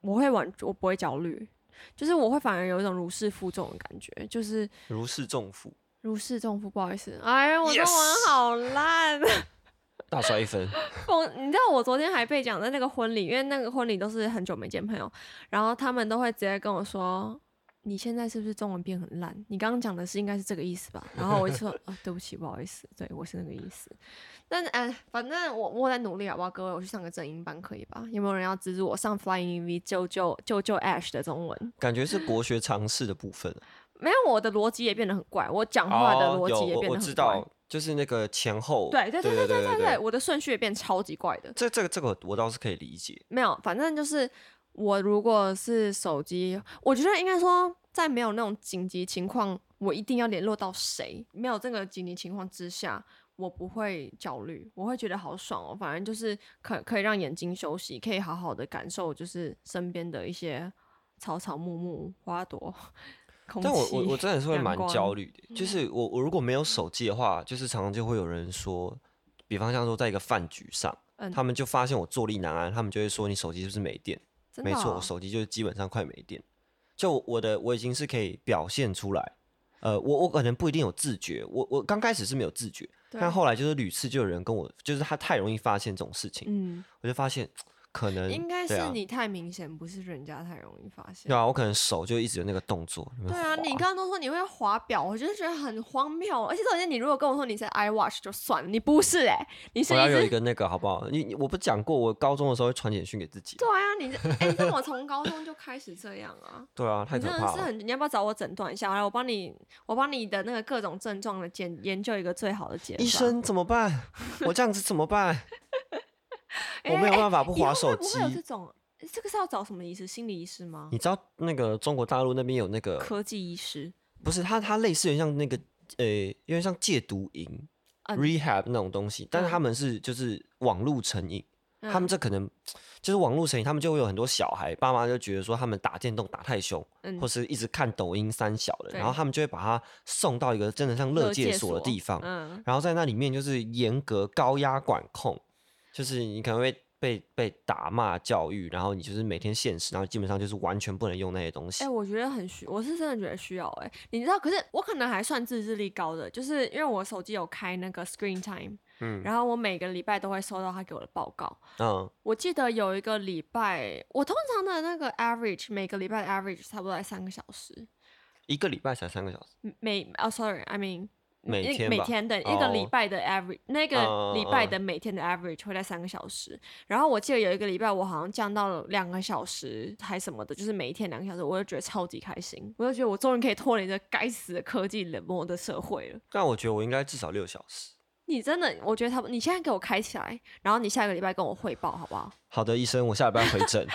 S2: 我会玩，我不会焦虑，就是我会反而有一种如释负重的感觉，就是
S1: 如释重 负，
S2: 如释重负。不好意思，哎呀，我中
S1: Yes
S2: 文好烂。啊
S1: 大摔一分。
S2: 我你知道我昨天还被讲在那个婚礼，因为那个婚礼都是很久没见朋友，然后他们都会直接跟我说。你现在是不是中文变很烂？你刚刚讲的是应该是这个意思吧？然后我就 说，啊，对不起，不好意思，对我是那个意思。但哎、反正我我在努力，好不好？各位，我去上个正音班可以吧？有没有人要资助我上 Flying V 救救救救 Ash 的中文？
S1: 感觉是国学常识的部分啊。
S2: 没有，我的逻辑也变得很怪，我讲话的逻
S1: 哦有
S2: 辑也
S1: 我
S2: 变
S1: 我
S2: 得
S1: 知
S2: 很怪
S1: 道。，就是那个前后。
S2: 对对对对对
S1: 对
S2: 对对，我的顺序也变超级怪的。
S1: 这这个这个我倒是可以理解。
S2: 没有，反正就是我如果是手机，我觉得应该说，在没有那种紧急情况，我一定要联络到谁，没有这个紧急情况之下，我不会焦虑，我会觉得好爽哦。反正就是可可以让眼睛休息，可以好好的感受，就是身边的一些草草木木、花朵、空气。
S1: 但我我我真的是会
S2: 阳
S1: 蛮
S2: 光嗯
S1: 焦虑的，就是我我如果没有手机的话，就是常常就会有人说，比方像说在一个饭局上，
S2: 嗯
S1: 他们就发现我坐立难安，他们就会说你手机是不是没电？
S2: 真的
S1: 没错，
S2: 哦
S1: 我手机就是基本上快没电。就我我的我已经是可以表现出来，呃，我我可能不一定有自觉，我我刚开始是没有自觉，
S2: 对
S1: 但后来就是屡次就有人跟我，就是他太容易发现这种事情，
S2: 嗯，
S1: 我就发现可能
S2: 应该
S1: 对
S2: 是
S1: 啊
S2: 你太明显，不是人家太容易发现
S1: 对。啊，我可能手就一直有那个动作。有没有
S2: 对啊，你
S1: 滑
S2: 刚刚都说你会滑表，我就觉得很荒谬。而且首先，你如果跟我说你是 iWatch 就算了，你不是哎、你是
S1: 我要有一
S2: 一只
S1: 个那个好不好？你你我不讲过，我高中的时候会传简讯给自己。
S2: 对啊，你是哎，但我从高中就开始这样啊，
S1: 对啊， 太
S2: 你
S1: 可
S2: 真的
S1: 怕
S2: 是
S1: 了。
S2: 很，你要不要找我诊断一下？来，我帮你，我帮你的那个各种症状的检研究一个最好的解法。
S1: 医生怎么办？我这样子怎么办？
S2: 哎，
S1: 我没有
S2: 哎
S1: 办法不
S2: 以后
S1: 划手
S2: 会不会有这
S1: 机。
S2: 种，这个是要找什么医师？心理医师吗？
S1: 你知道那个中国大陆那边有那个，
S2: 科技医师？
S1: 不是它它类似有点像那个呃，有点像戒毒营
S2: 嗯
S1: rehab 那种东西，但是他们是就是网络成瘾，
S2: 嗯
S1: 他们这可能就是网络成瘾，他们就会有很多小孩，爸妈就觉得说他们打电动打太凶，
S2: 嗯
S1: 或是一直看抖音三小的，
S2: 对
S1: 然后他们就会把他送到一个真的像乐界所的地方，
S2: 嗯，
S1: 然后在那里面就是严格高压管控，就是你可能会被被打骂教育，然后你就是每天限时，然后基本上就是完全不能用那些东西。
S2: 哎、我觉得很需，我是真的觉得需要哎、你知道，可是我可能还算自制力高的，就是因为我手机有开那个 Screen Time，
S1: 嗯
S2: 然后我每个礼拜都会收到他给我的报告。
S1: 嗯，
S2: 我记得有一个礼拜，我通常的那个 average 每个礼拜的 average 差不多在三个小时，
S1: 一个礼拜才三个小时，
S2: 每哦、s o r r y i mean
S1: 每
S2: 一
S1: 天
S2: 每
S1: 吧
S2: 天的一个礼
S1: 哦嗯
S2: 拜的 average，、那个礼拜的每天的 average 会在三个小时。然后我记得有一个礼拜我好像降到了两个小时还什么的，就是每一天两个小时，我就觉得超级开心，我就觉得我终于可以脱离这该死的科技冷漠的社会了。
S1: 但我觉得我应该至少六小时。
S2: 你真的，我觉得他们，你现在给我开起来，然后你下个礼拜跟我汇报好不好？
S1: 好的，医生，我下礼拜回诊。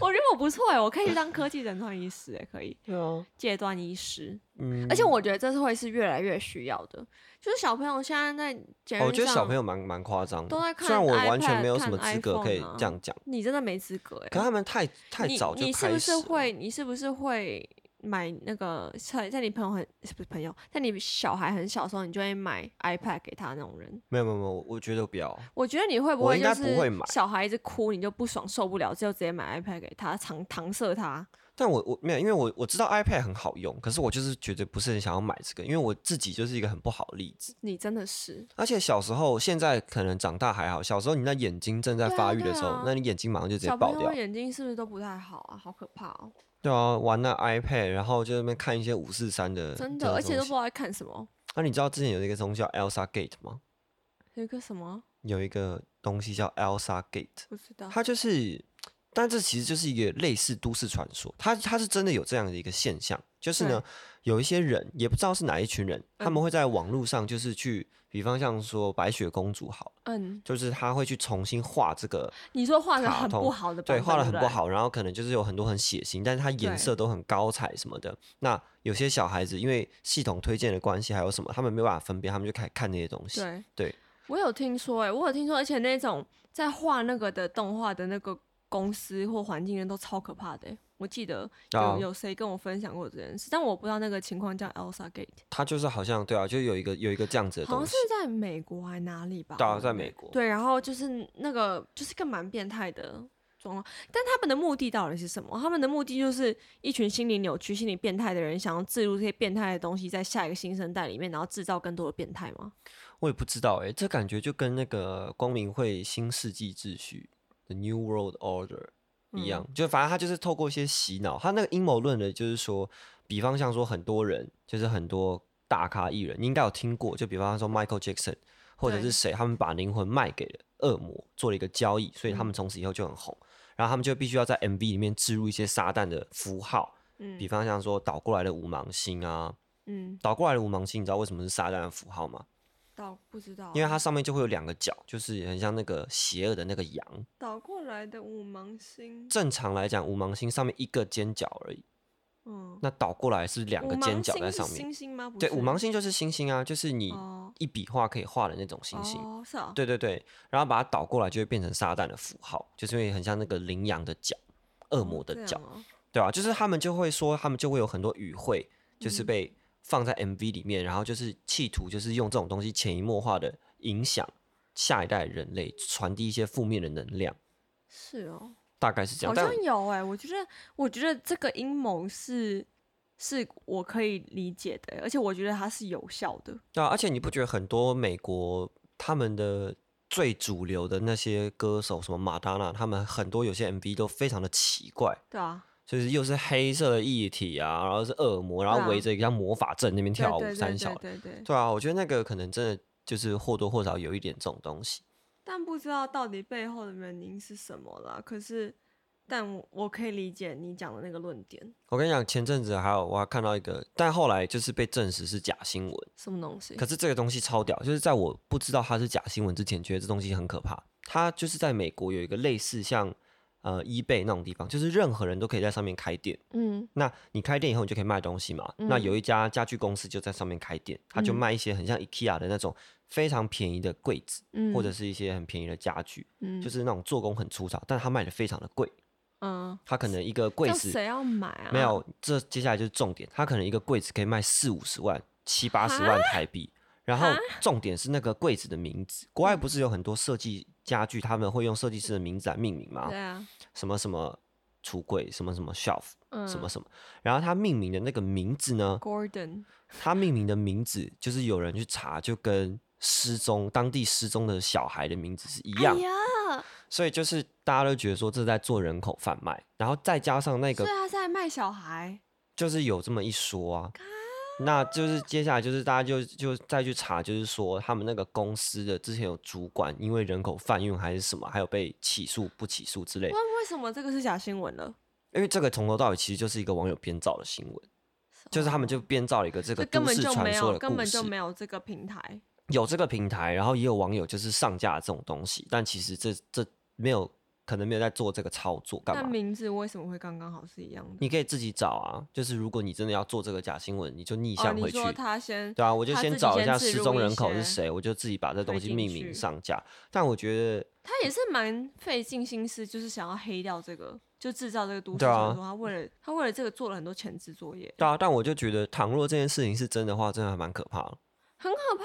S2: 我觉得我不错哎，我可以去当科技诊断医师哎，可以
S1: 对啊，
S2: 戒断医师。
S1: 嗯，
S2: 而且我觉得这是会是越来越需要的，就是小朋友现在在捷运上，
S1: 哦我觉得小朋友蛮蛮夸张的，
S2: 都在看
S1: 虽然我完全
S2: iPad
S1: 没有什
S2: 看
S1: 么资格
S2: iPhone
S1: 可以
S2: 啊
S1: 这样讲，
S2: 你真的没资格哎、
S1: 可他们太太
S2: 你
S1: 早就
S2: 你是
S1: 开
S2: 不
S1: 始
S2: 是
S1: 了。
S2: 会？你是不是会买那个在在你朋友很是不是朋友，在你小孩很小的时候，你就会买 iPad 给他那种人？
S1: 没有没有没有，我觉得不要。
S2: 我觉得你会不
S1: 我
S2: 会
S1: 应
S2: 就
S1: 该
S2: 是
S1: 不会买
S2: 小孩一直哭，你就不爽受不了，就直接买 iPad 给他，搪搪塞他。
S1: 但我我没有，因为我我知道 iPad 很好用，可是我就是觉得不是很想要买这个，因为我自己就是一个很不好的例子。
S2: 你真的是
S1: 而且小时候，现在可能长大还好，小时候你那眼睛正在
S2: 对啊
S1: 发育的
S2: 对
S1: 时候，
S2: 啊
S1: 那你眼睛马上就直接
S2: 小
S1: 爆
S2: 朋
S1: 掉
S2: 友。眼睛是不是都不太好啊？好可怕哦！
S1: 对啊，玩那 iPad，然后就在那边看一些五四三的这
S2: 真
S1: 种东西，
S2: 的，而且都不知道在看什么，
S1: 那、你知道之前有一个东西叫 Elsa Gate 吗？
S2: 有一个什么
S1: 有一个东西叫 Elsa Gate，
S2: 不知道。
S1: 它就是，但这其实就是一个类似都市传说，它它是真的有这样的一个现象，就是呢，有一些人也不知道是哪一群人，
S2: 嗯
S1: 他们会在网络上就是去，比方像说白雪公主好了，
S2: 嗯，
S1: 就是他会去重新画这个，
S2: 你说画的
S1: 卡
S2: 很不
S1: 通
S2: 好的版
S1: 对，
S2: 本，
S1: 画的很
S2: 对
S1: 不
S2: 对。
S1: 好，然后可能就是有很多很血腥，但是它颜
S2: 对
S1: 色都很高彩什么的。那有些小孩子因为系统推荐的关系，还有什么，他们没有办法分辨，他们就开始看那些东西。
S2: 对
S1: 对，
S2: 我有听说、欸，我有听说，而且那种在画那个的动画的那个公司或环境人都超可怕的欸、我记得有、
S1: 啊
S2: 有谁跟我分享过这件事，但我不知道那个情况叫 Elsa Gate，
S1: 他就是好像对啊，就有一个有一个这样子的
S2: 好
S1: 东
S2: 像
S1: 西
S2: 是，在美国还哪里吧？
S1: 对啊
S2: 我
S1: 在美国
S2: 对，然后就是那个就是个蛮变态的状况，但他们的目的到底是什么？他们的目的就是一群心理扭曲、心理变态的人想要置入这些变态的东西在下一个新生代里面，然后制造更多的变态吗？
S1: 我也不知道哎、这感觉就跟那个光明会新世纪秩序 The New World Order 一
S2: 嗯
S1: 样，就反正他就是透过一些洗脑，他那个阴谋论的就是说，比方像说很多人，就是很多大咖艺人，你应该有听过，就比方说 Michael Jackson 或者
S2: 对
S1: 是谁，他们把灵魂卖给了恶魔，做了一个交易，所以他
S2: 嗯
S1: 们从此以后就很红，然后他们就必须要在 MV 里面植入一些撒旦的符号，
S2: 嗯
S1: 比方像说倒过来的五芒星啊，
S2: 嗯，
S1: 倒过来的五芒星，你知道为什么是撒旦的符号吗？
S2: 倒不知道，啊
S1: 因为它上面就会有两个角，就是很像那个邪恶的那个羊。
S2: 倒过来的五芒星，
S1: 正常来讲，五芒星上面一个尖角而已，
S2: 嗯，
S1: 那倒过来是两
S2: 五
S1: 个
S2: 芒
S1: 尖角
S2: 星
S1: 在
S2: 是
S1: 上
S2: 星
S1: 面。
S2: 星吗？不
S1: 对，
S2: 是
S1: 五芒星就是星星啊，就是你
S2: 哦
S1: 一笔画可以画的那种星星。
S2: 哦，是啊，
S1: 对对对，然后把它倒过来就会变成撒旦的符号，就是因为很像那个羚羊的角、恶魔的
S2: 这
S1: 角
S2: 样，哦
S1: 对吧、就是他们就会说，他们就会有很多语汇，就是
S2: 嗯
S1: 被放在 MV 里面，然后就是企图就是用这种东西潜移默化的影响下一代人类，传递一些负面的能量。
S2: 是哦，
S1: 大概是这样。
S2: 好
S1: 但
S2: 像有哎、我觉得，我觉得这个阴谋是是我可以理解的欸、而且我觉得它是有效的。
S1: 对啊，而且你不觉得很多美国他们的最主流的那些歌手，什么马达娜，他们很多有些 MV 都非常的奇怪，
S2: 对啊，
S1: 就是又是黑色的液体啊，然后是恶魔，然
S2: 对啊
S1: 后围着一个像魔法阵那边
S2: 对
S1: 跳
S2: 对
S1: 舞
S2: 对
S1: 三
S2: 对
S1: 小的。
S2: 对对，
S1: 对啊，我觉得那个可能真的就是或多或少有一点这种东西。
S2: 但不知道到底背后的原因是什么啦。可是，但我我可以理解你讲的那个论点，
S1: 我跟你讲，前阵子还有我还看到一个，但后来就是被证实是假新闻。
S2: 什么东西
S1: 可？是这个东西超屌，就是在我不知道它是假新闻之前，觉得这东西很可怕。它就是在美国有一个类似像呃 eBay 那种地方，就是任何人都可以在上面开店。
S2: 嗯
S1: 那你开店以后，你就可以卖东西嘛。那有一家家具公司就在上面开店，它就
S2: 嗯
S1: 卖一些很像 IKEA 的那种非常便宜的柜子，
S2: 嗯，
S1: 或者是一些很便宜的家具，
S2: 嗯
S1: 就是那种做工很粗糙，但它卖的非常的贵。
S2: 嗯，
S1: 它可能一个柜
S2: 叫
S1: 子
S2: 谁要买啊？
S1: 没有，这接下来就是重点，它可能一个柜子可以卖四五十万、七八十万台币。然后
S2: 哈嗯
S1: 重点是那个柜子的名字，国外不是有很多设计家具，他们会用设计师的名字来命名吗
S2: 对？啊，
S1: 什么什么橱柜，什么什么 shelf，
S2: 嗯，
S1: 什么什么。然后他命名的那个名字呢，
S2: Gordon
S1: 他命名的名字就是有人去查，就跟失踪当地失踪的小孩的名字是一样
S2: 哎，呀，
S1: 所以就是大家都觉得说这是在做人口贩卖，然后再加上那
S2: 所
S1: 个
S2: 以他是在卖小孩，
S1: 就是有这么一说啊。那就是接下来就是大家就就再去查，就是说他们那个公司的之前有主管因为人口贩运还是什么，还有被起诉不起诉之类的。
S2: 那为什么这个是假新闻了？
S1: 因为这个从头到尾其实就是一个网友编造的新闻，就是他们就编造了一个这
S2: 哦这
S1: 个
S2: 根
S1: 都
S2: 本
S1: 市
S2: 就
S1: 传
S2: 没
S1: 说
S2: 有，
S1: 的
S2: 根
S1: 故
S2: 本就
S1: 事。
S2: 没有这个平台。
S1: 有这个平台，然后也有网友就是上架这种东西，但其实这这没有可能没有在做这个操作干
S2: 那
S1: 嘛？
S2: 名字为什么会刚刚好是一样的？
S1: 你可以自己找啊，就是如果你真的要做这个假新闻，你就逆
S2: 哦，
S1: 向
S2: 你
S1: 回去。
S2: 说他先
S1: 对啊，我就
S2: 他
S1: 先
S2: 自己
S1: 找
S2: 先
S1: 下
S2: 植
S1: 失
S2: 入
S1: 踪
S2: 一
S1: 人口是
S2: 些
S1: 谁，我就自己把这东
S2: 推
S1: 西
S2: 进
S1: 命
S2: 去
S1: 名上架。但我觉得
S2: 他也是蛮费尽心思，就是想要黑掉这个，就制造这个都市
S1: 对啊
S2: 传说。他为了他为了这个做了很多前置作业，
S1: 对啊，但我就觉得，倘若这件事情是真的话，真的还蛮可怕的，
S2: 很可怕。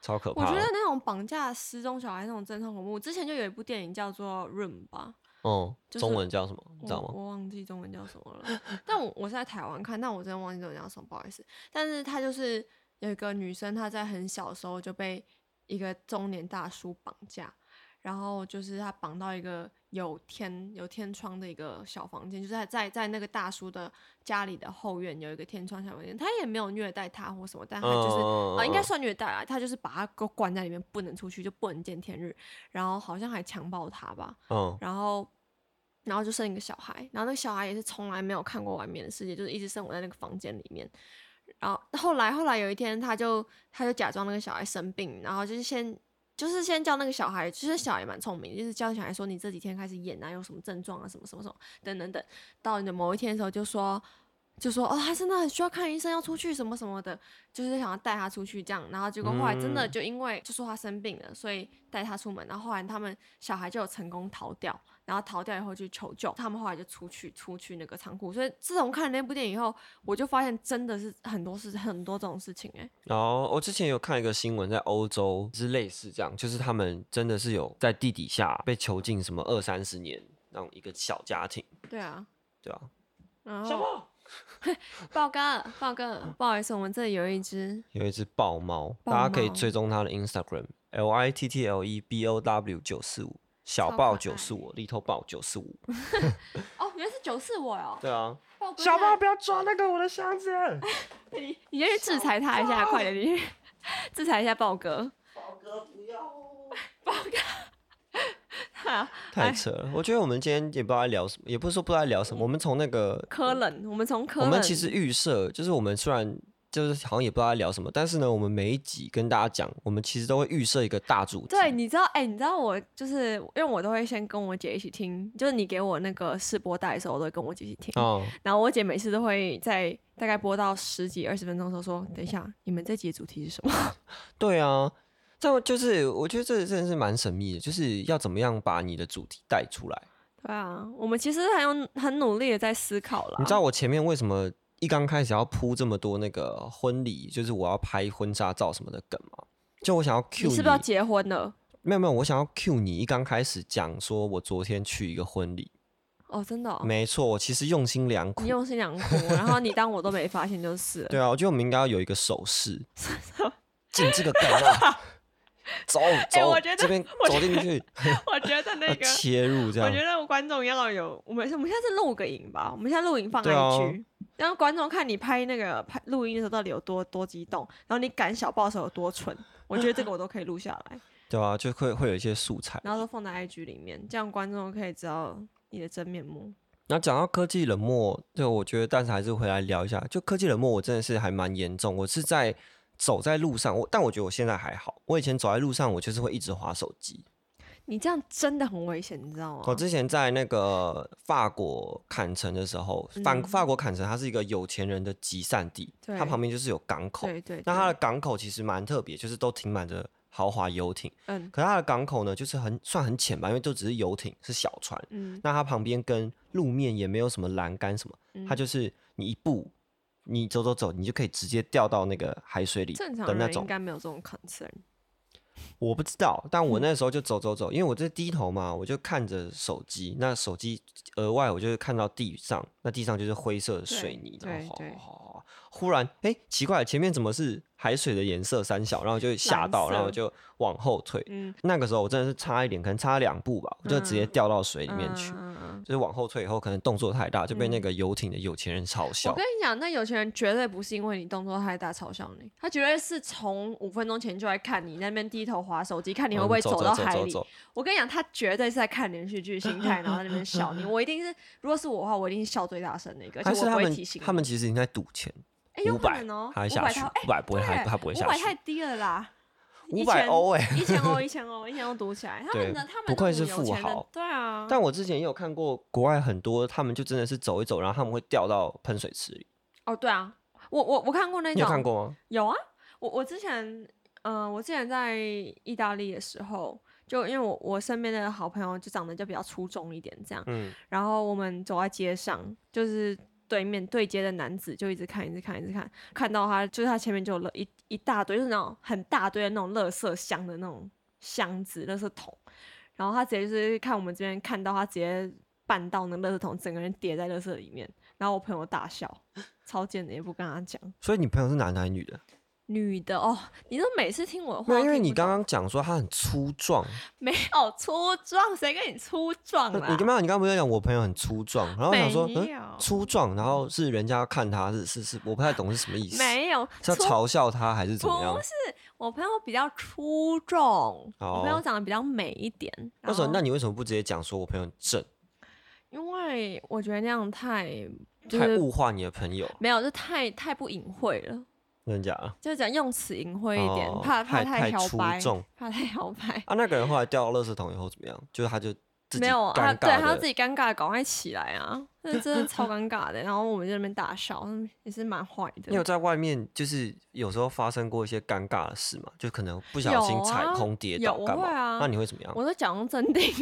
S1: 超可
S2: 我
S1: 怕啊
S2: 觉
S1: 的。
S2: 得那种绑架失踪小孩那种真的很恐怖。之前就有一部电影叫做《Room》吧，
S1: 嗯，
S2: 就
S1: 中
S2: 是
S1: 文叫什么？你知道
S2: 我
S1: 吗？
S2: 我忘记中文叫什么了，但我我是在台湾看，但我真的忘记中文叫什么，不好意思。但是她就是有一个女生，她在很小的时候就被一个中年大叔绑架，然后就是她绑到一个有天有天窗的一个小房间，就是在在在那个大叔的家里的后院有一个天窗小房间，他也没有虐待她或什么，但他就是
S1: 嗯
S2: 啊，应该
S1: 嗯
S2: 算虐待啊，他就是把她给我关在里面，不能出去，就不能见天日，然后好像还强暴她吧，
S1: 嗯，
S2: 然后然后就生一个小孩，然后那个小孩也是从来没有看过外面的世界，就是一直生活在那个房间里面。然后后来后来有一天，他就他就假装那个小孩生病，然后就是先就是先叫那个小孩，就是小孩蛮聪明，就是叫小孩说你这几天开始演啊，有什么症状啊，什么什么什么等等等，到你的某一天的时候就说。就说哦，他真的很需要看医生，要出去什么什么的，就是想要带他出去这样。然后结果后来真的
S1: 嗯
S2: 就因为就说他生病了，所以带他出门。然后后来他们小孩就有成功逃掉，然后逃掉以后去求救，他们后来就出去出去那个仓库。所以自从看了那部电影以后，我就发现真的是很多事很多这种事情哎、
S1: 然后我之前有看一个新闻，在欧洲是类似这样，就是他们真的是有在地底下被囚禁什么二三十年那种一个小家庭，
S2: 对啊，
S1: 对啊，
S2: 然
S1: 小
S2: 后
S1: 猫
S2: 豹哥，豹哥，不好意思，我们这里有一只
S1: 有一只豹猫，
S2: 豹
S1: 大家可以
S2: 猫
S1: 追踪它的 Instagram L I T T L E B O W 九四五，小
S2: 超
S1: 豹
S2: 可
S1: 九
S2: 爱
S1: 四五，Little 豹九四五，
S2: 哦，原来是九四我哦，
S1: 对啊，
S2: 豹哥，
S1: 小豹不要抓那个我的箱子。
S2: 你你先去制裁他一下，快点，你制裁一下豹哥，
S1: 宝哥不要。
S2: 哈，
S1: 太扯了！我觉得我们今天也不知道在聊什么，也不是说不知道在聊什么。我们从那个，
S2: 科冷，我们从科
S1: 嗯我
S2: 冷，
S1: 们其实预设就是我们虽然就是好像也不知道在聊什么，但是呢，我们每一集跟大家讲，我们其实都会预设一个大主题。
S2: 对，你知道，哎、你知道我就是因为我都会先跟我姐一起听，就是你给我那个试播带的时候，我都会跟我姐一起听。
S1: 哦，
S2: 然后我姐每次都会在大概播到十几二十分钟的时候说：“等一下，你们这集的主题是什么
S1: 对啊，这就是我觉得这真的是蛮神秘的，就是要怎么样把你的主题带出来。？”
S2: 对啊，我们其实很有很努力的在思考啦。
S1: 你知道我前面为什么一刚开始要铺这么多那个婚礼，就是我要拍婚纱照什么的梗吗？就我想要 cue
S2: 你是不是要结婚了？
S1: 没有没有，我想要 cue 你一刚开始讲说，我昨天去一个婚礼，
S2: 哦，真的、哦，
S1: 没错，我其实用心良苦
S2: 你。用心良苦，然后你当我都没发现就是了。
S1: 对啊，我觉得我们应该要有一个手 势，进这个梗啊，走走，
S2: 哎我觉得
S1: 这边
S2: 我
S1: 走
S2: 觉
S1: 进
S2: 得
S1: 去，
S2: 我觉得那
S1: 要切入这
S2: 我
S1: 样
S2: 觉。得观众要有，我们我们下次录个影吧，我们现在录影放
S1: 对啊
S2: IG，、让观众看你拍那个拍录音的时候到底有多多激动，然后你赶小报的时候有多蠢。我觉得这个我都可以录下来，
S1: 对啊，就会会有一些素材。
S2: 然后都放在 IG 里面，这样观众可以知道你的真面目。
S1: 那讲到科技冷漠，就我觉得，但是还是回来聊一下。就科技冷漠，我真的是还蛮严重。我是在走在路上，我但我觉得我现在还好。我以前走在路上，我就是会一直划手机。
S2: 你这样真的很危险，你知道吗？
S1: 我哦之前在那个法国坎城的时候，法
S2: 嗯
S1: 法国坎城它是一个有钱人的集散地，它
S2: 对
S1: 旁边就是有港口。
S2: 对对，
S1: 那它的
S2: 对
S1: 港口其实蛮特别，就是都停满着豪华游艇。
S2: 嗯
S1: 可它的港口呢，就是很算很浅吧，因为都只是游艇，是小船。
S2: 嗯，
S1: 那它旁边跟路面也没有什么栏杆什么，它
S2: 嗯
S1: 就是你一步，你走走走，你就可以直接掉到那个海水里
S2: 正
S1: 的
S2: 常
S1: 那
S2: 人应
S1: 种。
S2: 该没有这种 concern。
S1: 我不知道，但
S2: 嗯
S1: 我那时候就走走走，因为我在低头嘛，我就看着手机，那手机额外我就是看到地上，那地上就是灰色的水泥，
S2: 对
S1: 然后哗
S2: 对
S1: 哗哗哗哗忽然哎、诶奇怪，前面怎么是海水的颜色三小，然后就吓到，
S2: 蓝色
S1: 然后就往后退。
S2: 嗯，
S1: 那个时候我真的是差一点，可能差两步吧，我就直接
S2: 嗯
S1: 掉到水里面去。
S2: 嗯嗯嗯嗯，
S1: 就是往后退以后，可能动作太大，就被那个游艇的有钱人嘲
S2: 我
S1: 笑
S2: 跟。你讲，那有钱人绝对不是因为你动作太大嘲笑你，他绝对是从五分钟前就在看你那边低头划手机，看你会不会
S1: 嗯走
S2: 到
S1: 走
S2: 海
S1: 走
S2: 里。
S1: 走
S2: 我跟你讲，他绝对是在看连续剧心态，然后在那 边笑你。我一定是，如果是我的话，我一定是笑最大声那个，而
S1: 还
S2: 且
S1: 是
S2: 我不
S1: 他
S2: 会
S1: 们
S2: 提醒你
S1: 他们其实已经在赌钱，
S2: 哎有
S1: 五
S2: 可
S1: 百
S2: 能哦，
S1: 他会
S2: 五
S1: 下
S2: 百
S1: 去
S2: 他，
S1: 五百不会，他他不会
S2: 五
S1: 下
S2: 百
S1: 去，
S2: 太低了啦，
S1: 五百欧 哎。
S2: 一千欧，一千欧，一千欧赌起来，他们的
S1: 对
S2: 他们
S1: 不愧是
S2: 那种有
S1: 富
S2: 钱人
S1: 豪
S2: 对啊，
S1: 但我之前也有看过国外很多，他们就真的是走一走，然后他们会掉到喷水池里。
S2: 哦对啊，我我我看过那
S1: 你有看
S2: 种，
S1: 过吗？
S2: 有啊，我我之前，嗯、我之前在意大利的时候，就因为我我身边的好朋友就长得就比较出众一点这样，
S1: 嗯，
S2: 然后我们走在街上，就是对面对街的男子就一直看，一直看，一直看，看到他就是他前面就有了一一大堆，就是那种很大堆的那种垃圾箱的那种箱子、垃圾桶，然后他直接就是看我们这边看到他直接绊到那垃圾桶，整个人跌在垃圾里面，然后我朋友大笑，超贱的，也不跟他讲。
S1: 所以你朋友是男的还是女的？
S2: 女的哦，你都每次听我的
S1: 没
S2: 话
S1: 有，
S2: 都听不懂，
S1: 因为你刚刚讲说他很粗壮，
S2: 没有粗壮，谁跟你粗壮啊啦？
S1: 你刚刚你刚刚不是讲我朋友很粗壮，然后我想说，
S2: 没有
S1: 嗯，粗壮，然后是人家看他是是是，我不太懂是什么意思，
S2: 没有
S1: 是要
S2: 粗
S1: 嘲笑他还是怎么样
S2: 不？是，我朋友比较出众，我朋友哦
S1: 哦
S2: 长得比较美一点。
S1: 那时候，
S2: 然
S1: 那
S2: 后
S1: 你为什么不直接讲说我朋友很正，
S2: 因为我觉得那样太就
S1: 太
S2: 是
S1: 物化你的朋友？
S2: 没有，就太太不隐晦了，
S1: 真的假的？
S2: 就是讲用词隐晦一点，
S1: 哦
S2: 怕怕
S1: 太太
S2: 漂
S1: 出
S2: 白
S1: 众，
S2: 怕太漂白。
S1: 啊，那个人后来掉到垃圾桶以后怎么样？就是他就 自己
S2: 没有，他
S1: 尴
S2: 对他
S1: 尬
S2: 自
S1: 的，
S2: 己尴尬，赶快起来啊！那真的超尴尬的。然后我们就在那边大笑，嗯也是蛮坏的。
S1: 你有在外面就是有时候发生过一些尴尬的事嘛？就可能不小
S2: 有
S1: 心踩
S2: 啊
S1: 空跌
S2: 有
S1: 倒干
S2: 我
S1: 嘛？
S2: 会啊
S1: 那你会怎么样？
S2: 我都假装镇定，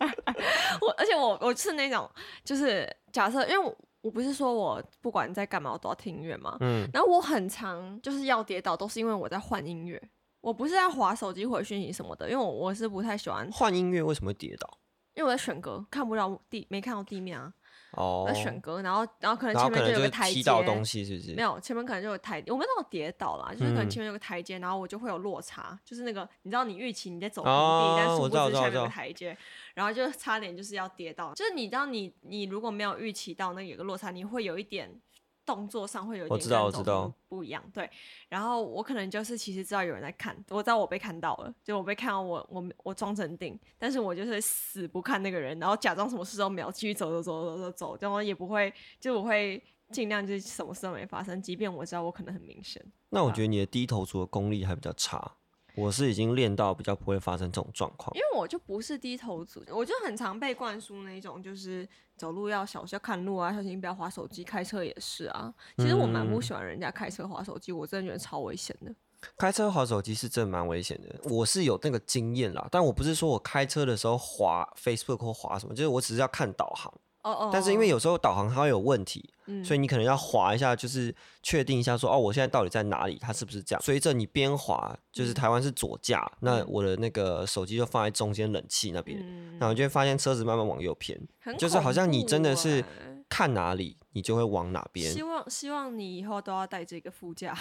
S2: 我而且我我是那种就是假设，因为我我不是说我不管在干嘛我都要听音乐嘛，
S1: 嗯，
S2: 然后我很常就是要跌倒，都是因为我在换音乐，我不是在划手机回讯息什么的，因为我我是不太喜欢，
S1: 换音乐为什么会跌倒？
S2: 因为我在选歌，看不到地没看到地面啊，
S1: 哦
S2: 我在，选歌，然后然后可能
S1: 然后
S2: 前
S1: 可
S2: 面
S1: 能
S2: 有个
S1: 是
S2: 台阶
S1: 踢。到东西，是不是？
S2: 没有，前面可能就有台，我没有跌倒啦，就是可能
S1: 嗯
S2: 前面有个台阶，然后我就会有落差，就是那个你知道你预期你在走平地，
S1: 哦
S2: 但殊
S1: 我
S2: 不
S1: 知道
S2: 知下
S1: 我
S2: 面
S1: 知道
S2: 有
S1: 我
S2: 个
S1: 知道
S2: 台阶，然后就差点就是要跌倒，就是你知道你你如果没有预期到那有个落差，你会有一点。动作上会有一点
S1: 我知道
S2: 跟走
S1: 我知道
S2: 路不一样，对。然后我可能就是其实知道有人在看，我知道我被看到了，就我被看到我我我装镇定，但是我就是死不看那个人，然后假装什么事都没有，继续走走走走走走，然后也不会，就我会尽量就是什么事都没发生，即便我知道我可能很明显。
S1: 那我觉得你的低头族的功力还比较差，我是已经练到比较不会发生这种状况
S2: 因。为我就不是低头族，我就很常被灌输那种，就是走路要小心，要看路啊，小心不要划手机，开车也是啊。其实我蛮不喜欢人家开车划手机，我真的觉得超危险的。
S1: 开车滑手机是真的蛮危险的，我是有那个经验啦，但我不是说我开车的时候滑 Facebook 或滑什么，就是我只是要看导航，
S2: 哦哦，
S1: 但是因为有时候导航它会有问题，
S2: 嗯
S1: 所以你可能要滑一下，就是确定一下说哦，我现在到底在哪里？它是不是这样？随着你边滑，
S2: 嗯
S1: 就是台湾是左驾，那我的那个手机就放在中间冷气那边，
S2: 嗯
S1: 然后你就会发现车子慢慢往右偏，
S2: 很
S1: 就是好像你真的是
S2: 恐怖欸
S1: 看哪里你就会往哪边。
S2: 希望希望你以后都要带这个副驾。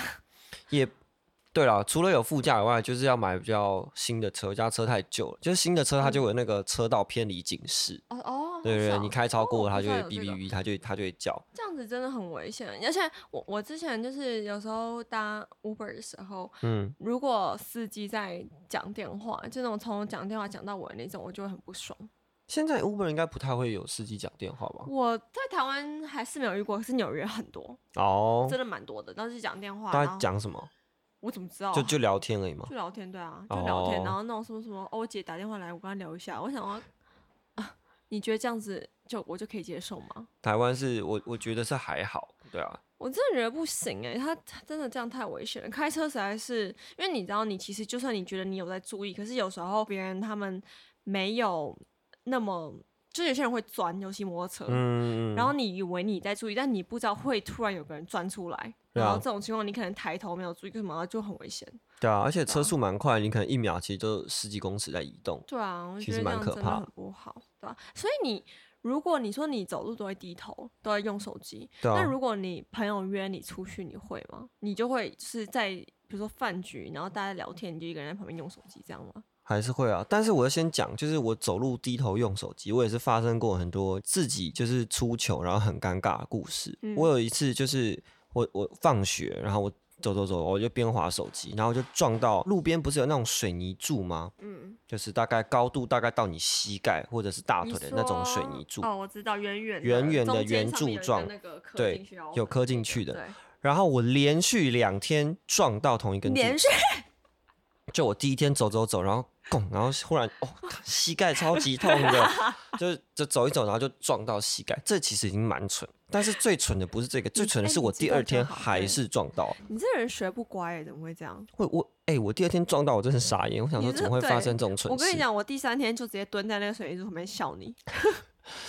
S1: 也对啦，除了有副驾以外，就是要买比较新的车，家车太旧了。就是新的车它就有那个车道偏离警示，
S2: 哦哦，
S1: 对对对，
S2: 嗯好爽
S1: 你开超
S2: 哦
S1: 过
S2: 我
S1: 它
S2: 不
S1: 就
S2: 知道
S1: 会
S2: 有
S1: 哔
S2: 这
S1: 哔
S2: 个
S1: 哔，它就会它就会叫。
S2: 这样子真的很危险，而且我我之前就是有时候搭 Uber 的时候，
S1: 嗯，
S2: 如果司机在讲电话，就那种从我讲电话讲到我的那种，我就会很不爽。
S1: 现在 Uber 应该不太会有司机讲电话吧？
S2: 我在台湾还是没有遇过，可是纽约很多，
S1: 哦，
S2: 真的蛮多的。但是讲电话，
S1: 大
S2: 然
S1: 家
S2: 后
S1: 讲什么？
S2: 我怎么知道啊？
S1: 就就聊天而已嘛。
S2: 就聊天，对啊，就聊天，
S1: 哦
S2: 然后那种什么什么，欧姐打电话来，我跟她聊一下。我想要、啊，你觉得这样子就我就可以接受吗？
S1: 台湾是我我觉得是还好，对啊，
S2: 我真的觉得不行哎、他他真的这样太危险了。开车实在是，因为你知道，你其实就算你觉得你有在注意，可是有时候别人他们没有那么，就是有些人会钻，尤其摩托车，
S1: 嗯，
S2: 然后你以为你在注意，但你不知道会突然有个人钻出来，
S1: 对啊
S2: 然后这种情况你可能抬头没有注意，干嘛就很危险。
S1: 对啊，而且车速蛮快，你可能一秒其实就十几公尺在移动。
S2: 对啊，我
S1: 其
S2: 觉得
S1: 实
S2: 这
S1: 蛮
S2: 样
S1: 可
S2: 真
S1: 怕
S2: 的很不好，对吧、所以你如果你说你走路都会低头，都在用手机，
S1: 对
S2: 那
S1: 啊，
S2: 如果你朋友约你出去，你会吗？你就会就是在比如说饭局，然后大家聊天，你就一个人在旁边用手机这样吗？
S1: 还是会啊，但是我要先讲，就是我走路低头用手机，我也是发生过很多自己就是出糗然后很尴尬的故事。
S2: 嗯
S1: 我有一次就是我我放学，然后我走走走，我就边滑手机，然后就撞到路边不是有那种水泥柱吗？
S2: 嗯，
S1: 就是大概高度大概到你膝盖或者是大
S2: 你
S1: 腿的那种水
S2: 说
S1: 泥柱，
S2: 哦，我知道，圆圆
S1: 圆圆的
S2: 中间
S1: 圆
S2: 上
S1: 柱
S2: 面有一个
S1: 状
S2: 那个刻
S1: 对
S2: 进去然后
S1: 有
S2: 横
S1: 磕进去的。
S2: 对，
S1: 然后我连续两天撞到同一根柱
S2: 连
S1: 子
S2: 续
S1: 就我第一天走走走，然后 拱，然后忽然哦，膝盖超级痛 的，就是就走一走，然后就撞到膝盖。这其实已经蛮蠢，但是最蠢的不是这个，最
S2: 你
S1: 蠢的
S2: 哎
S1: 是
S2: 你
S1: 我
S2: 知
S1: 第
S2: 道
S1: 二
S2: 就
S1: 天
S2: 好
S1: 还
S2: 对
S1: 是撞到。
S2: 你这人学不乖，欸怎么会这样？
S1: 我我哎、我第二天撞到，我真是傻眼。我想
S2: 你
S1: 说，
S2: 这
S1: 怎么会发
S2: 对
S1: 生这种蠢事？
S2: 我跟你讲，我第三天就直接蹲在那个水泥柱旁边笑你。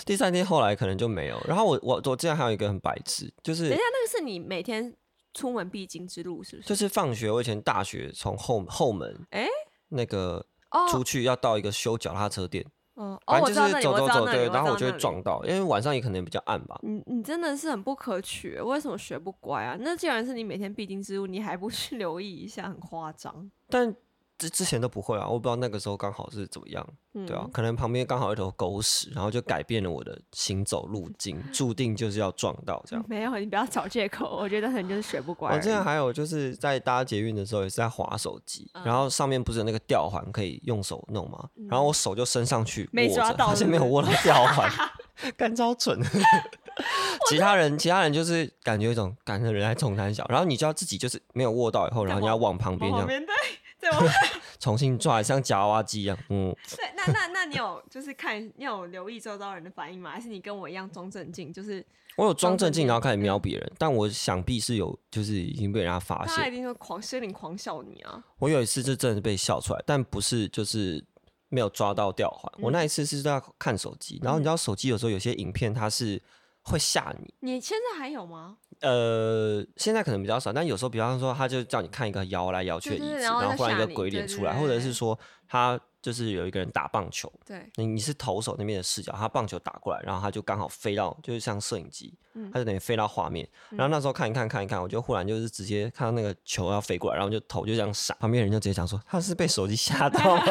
S1: 第三天后来可能就没有。然后我我我之前还有一个很白痴，就
S2: 等一
S1: 是
S2: 下，那个是你每天出门必经之路，是不是？
S1: 就是放学，我以前大学从后后门
S2: 哎
S1: 那个
S2: 哦
S1: 出去要到一个修脚踏车店，
S2: 哦哦，
S1: 反
S2: 我
S1: 正就是
S2: 知道那里，
S1: 走
S2: 我
S1: 走
S2: 知道
S1: 走
S2: 那里，
S1: 对，
S2: 我知
S1: 然后
S2: 道
S1: 我就
S2: 那
S1: 会
S2: 里
S1: 撞到，因为晚上也可能比较暗吧。
S2: 你你真的是很不可取，为什么学不乖啊？那既然是你每天必经之路，你还不去 留意一下，很夸张。
S1: 但之之前都不会啊，我不知道那个时候刚好是怎么样，
S2: 嗯，
S1: 对啊，可能旁边刚好有一头狗屎，然后就改变了我的行走路径，注定就是要撞到这样。
S2: 没有，你不要找借口。我觉得可能就是学不嗯乖而
S1: 啊
S2: 已。
S1: 我之前还有就是在搭捷运的时候也是在滑手机，
S2: 嗯
S1: 然后上面不是有那个吊环可以用手弄吗？然后我手就伸上去
S2: 嗯没
S1: 握
S2: 抓
S1: 着，
S2: 到
S1: 发
S2: 是
S1: 现
S2: 不
S1: 没有
S2: 是
S1: 握到吊环， 干招准。其他人其他人就是感觉有一种感觉人在冲山小，然后你就要自己就是没有握到以后，然后你要往旁边
S2: 我
S1: 这
S2: 旁
S1: 样
S2: 边对，对 我对
S1: 重新抓，像夹娃娃机一样，嗯，
S2: 那那那你有就是看你有留意周遭人的反应吗？还是你跟我一样装镇静？就是
S1: 我有装
S2: 装
S1: 正
S2: 正
S1: 经，
S2: 经
S1: 然后开始瞄别人，但我想必是有，就是已经被人家发
S2: 大家
S1: 现。
S2: 一定会狂心灵狂笑你啊！
S1: 我有一次就真的被笑出来，但不是就是没有抓到吊环。
S2: 嗯
S1: 我那一次是在看手机，然后你知道手机有时候有些影片它是会吓你，
S2: 你现在还有吗？
S1: 呃，现在可能比较少，但有时候比方说他就叫你看一个摇来摇去的椅
S2: 对对
S1: 子，
S2: 对然后
S1: 然后
S2: 再
S1: 忽然一
S2: 吓
S1: 个
S2: 你
S1: 鬼
S2: 对
S1: 脸
S2: 对
S1: 出来，
S2: 对
S1: 或者
S2: 对
S1: 是说他就是有一个人打棒球。
S2: 对，
S1: 你你是投手那边的视角，他棒球打过来，然后他就刚好飞到，就是像摄影机，
S2: 嗯
S1: 他就等于飞到画面。然后那时候看一看看一看，我就忽然就是直接看到那个球要飞过来，然后就头就这样闪，旁边人就直接讲说他是被手机吓到 了，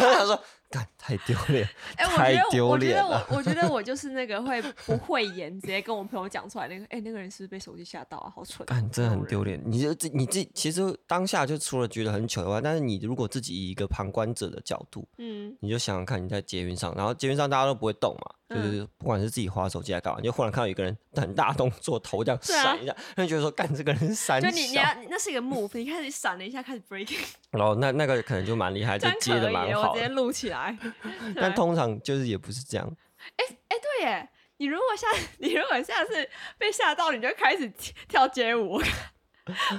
S1: 他想说干太丢脸，
S2: 哎、
S1: 太丢
S2: 我觉
S1: 脸
S2: 得我，我觉 得我，我觉得我就是那个会不会演，直接跟我朋友讲出来那个，哎、那个人是不是被手机吓到啊？好蠢，
S1: 干真的很丢
S2: 脸。
S1: 脸。你就自你自己其实当下就除了觉得很糗以外，但是你如果自己以一个旁观者的角度，
S2: 嗯，
S1: 你就想想看，你在捷运上，然后捷运上大家都不会动嘛，就
S2: 嗯
S1: 是不管是自己滑手机还干嘛，你就忽然看到有一个人很大动作，头这样
S2: 对啊
S1: 闪一下，那、就觉得说干这个人是三
S2: 就你你
S1: 小
S2: 要那是一个 move，你开始闪了一下，开始 breaking，
S1: 然后那那个可能就蛮厉害，
S2: 这
S1: 就
S2: 样
S1: 接
S2: 可
S1: 的
S2: 以
S1: 蛮
S2: 耶，我
S1: 好
S2: 直接
S1: 的。
S2: 录起来。哎
S1: 但通常就是也不是这样，
S2: 对耶，你如果下你如果下次被吓到，你就开始跳跳街舞。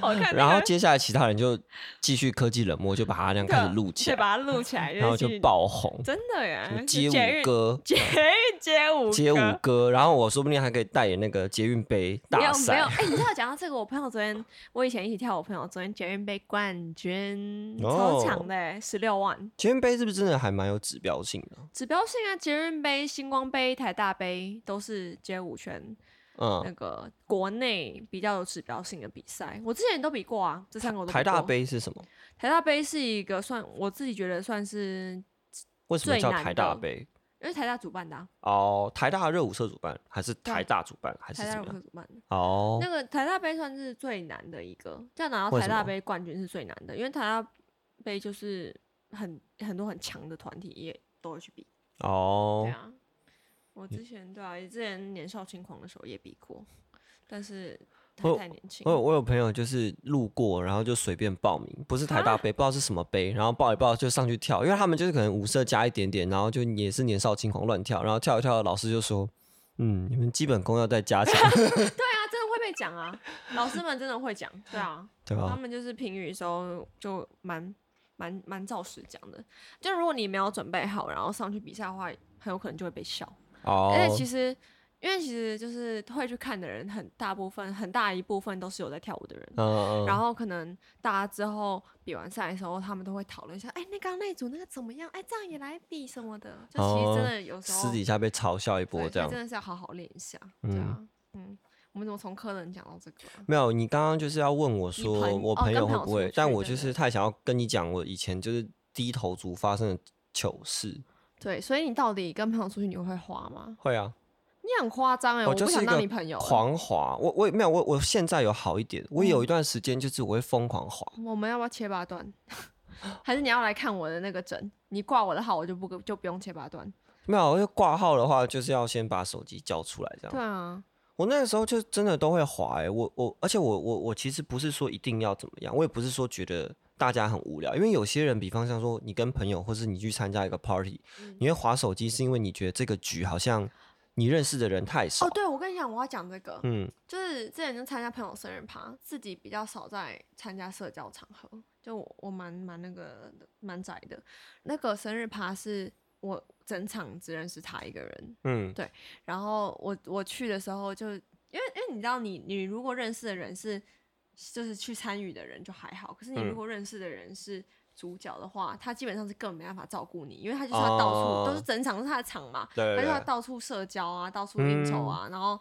S2: 我看我 看那个、
S1: 然后接下来其他人就继续科技冷漠，就把他这样开始录起
S2: 对，
S1: 来，
S2: 把它录起来，
S1: 然后
S2: 是
S1: 就
S2: 去
S1: 爆红，
S2: 真的
S1: 什么
S2: 耶，
S1: 街
S2: 捷
S1: 舞
S2: 运
S1: 歌、
S2: 捷运街舞
S1: 街舞
S2: 歌
S1: 歌，然后我说不定还可以代言那个捷运杯
S2: 没
S1: 大
S2: 有没有，
S1: 赛。
S2: 哎、你知道讲到这个，我朋友昨天，我以前一起跳，我朋友昨天捷运杯冠军，
S1: 哦
S2: 超强的，欸十六万，
S1: 捷运杯是不是真的还蛮有指标性的？
S2: 指标性啊，捷运杯、星光杯、台大杯都是街舞圈那
S1: 嗯，
S2: 个国内比较有指标性的比赛，我之前都比过啊，这三个我都比
S1: 台大
S2: 过，
S1: 杯是什么？
S2: 台大杯是一个算我自己觉得算是，
S1: 为什么
S2: 最
S1: 叫
S2: 难
S1: 台大
S2: 的
S1: 杯？
S2: 因为台大主办的、啊，
S1: 哦，台大热舞社主办还是
S2: 对啊
S1: 台大主办还是
S2: 台大
S1: 怎么
S2: 柔术
S1: 样？
S2: 主办的。
S1: 哦
S2: 那，个台大杯算是最难的一个，要拿到
S1: 为
S2: 台
S1: 什
S2: 大
S1: 么
S2: 杯冠军是最难的，因为台大杯就是很很多很强的团体也都会去比。对
S1: 哦，
S2: 啊，我之前对啊，也之前年少轻狂的时候也比过，但是他
S1: 我
S2: 太年轻
S1: 我。有我有朋友就是路过，然后就随便报名，不是台
S2: 啊
S1: 大杯，不知道是什么杯，然后报一报就上去跳，因为他们就是可能舞社加一点点，然后就也是年少轻狂乱跳，然后跳一跳，老师就说，嗯，你们基本功要再加强，
S2: 对啊，真的会被讲啊，老师们真的会讲。对啊，
S1: 对
S2: 他
S1: 吧？
S2: 们就是评语的时候就蛮蛮蛮照实讲的，就如果你没有准备好，然后上去比赛的话，很有可能就会被笑。
S1: 哦，
S2: 而且其实，因为其实就是会去看的人，很大部分、很大一部分都是有在跳舞的人。
S1: 嗯，
S2: 然
S1: 后
S2: 后可能大家之后比完赛的时候，他们都会讨论一下，哎，那刚刚那一组那个怎么样？哎，这样也来比什么的。就其实真的有时候、
S1: 哦私底下被嘲笑一
S2: 对
S1: 波
S2: 所以
S1: 这样
S2: 真，的是要好好练一下。
S1: 嗯
S2: 对啊，嗯，我们怎么从科人讲到这个啊、
S1: 没有，你刚刚就是要问我说
S2: 朋
S1: 我
S2: 哦
S1: 朋
S2: 跟
S1: 友
S2: 朋
S1: 会不
S2: 友出
S1: 会，
S2: 去
S1: 但
S2: 对
S1: 我就
S2: 对
S1: 是太想要跟你讲我以前就是低头族发生的糗事。
S2: 对，所以你到底跟朋友出去你会花吗？
S1: 会啊，
S2: 你很夸张哎，
S1: 我
S2: 我
S1: 哦就
S2: 不
S1: 是
S2: 想
S1: 一
S2: 当你
S1: 个
S2: 朋友欸。
S1: 狂滑，我我也没有，我我现在有好一点，我
S2: 嗯
S1: 有一段时间就是我会疯狂滑，
S2: 我们要不要切八段？ 还是你要来看我的那个诊？你挂我的号，我就不就不用切八段。
S1: 没有，我就挂号的话就是要先把手机交出来这样
S2: 对。啊，
S1: 我那个时候就真的都会滑、欸，我我，而且我我我其实不是说一定要怎么样，我也不是说觉得大家很无聊，因为有些人，比方像说你跟朋友，或是你去参加一个 party，、你
S2: 嗯
S1: 会滑手机，是因为你觉得这个局好像你认识的人太少，
S2: 哦，对，我跟你讲，我要讲这个，
S1: 嗯，
S2: 就是之前就参加朋友生日趴，自己比较少在参加社交场合，就我我蛮蛮那个的蛮宅的。那个生日趴是我整场只认识他一个人，
S1: 嗯
S2: 然后我我去的时候就，因为因为你知道你你如果认识的人是就是去参与的人就还好，可是你
S1: 嗯
S2: 如果认识的人是主角的话，他基本上是根本没办法照顾你，因为他就是他到处、
S1: 哦
S2: 都是整场都是他的场嘛，
S1: 对对
S2: 他就他
S1: 对嗯
S2: 到处社交啊，到处应酬啊，然后。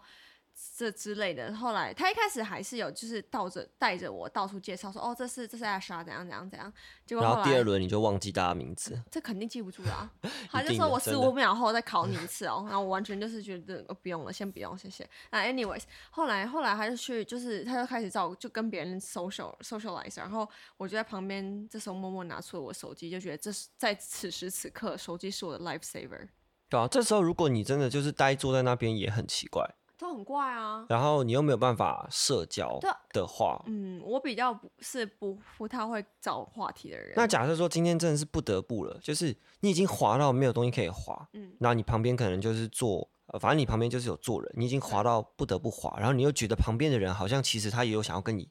S2: 这之类的，后来他一开始还是有，就是到着带着我到处介绍说，哦，这是这是艾莎怎样怎样怎样，结果
S1: 然后
S2: 后
S1: 第二
S2: 来
S1: 轮你就忘记大家名字，
S2: 这肯定记不住啦、 他就
S1: 定
S2: 说
S1: 的
S2: 我
S1: 真
S2: 十
S1: 的
S2: 五秒后再考你 一次哦，然后我完全就是觉得、呃、不用了，先不用，谢谢。那 anyways，后来后来他就去，就是他就开始照，就跟别人 social socialize，然后我就在旁边，这时候默默拿出了我手机，就觉得这是在此时此刻，手机是我的 life saver，
S1: 对啊，这时候如果你真的就是呆坐在那边也很奇怪，
S2: 都很怪啊。
S1: 然后你又没有办法社交
S2: 对啊
S1: 的话，
S2: 嗯，我比较不是不不太会找话题的人。
S1: 那假设说今天真的是不得不了，就是你已经滑到没有东西可以滑，
S2: 嗯
S1: 然后你旁边可能就是坐，呃，反正你旁边就是有坐人，你已经滑到不得不滑，然后你又觉得旁边的人好像其实他也有想要跟你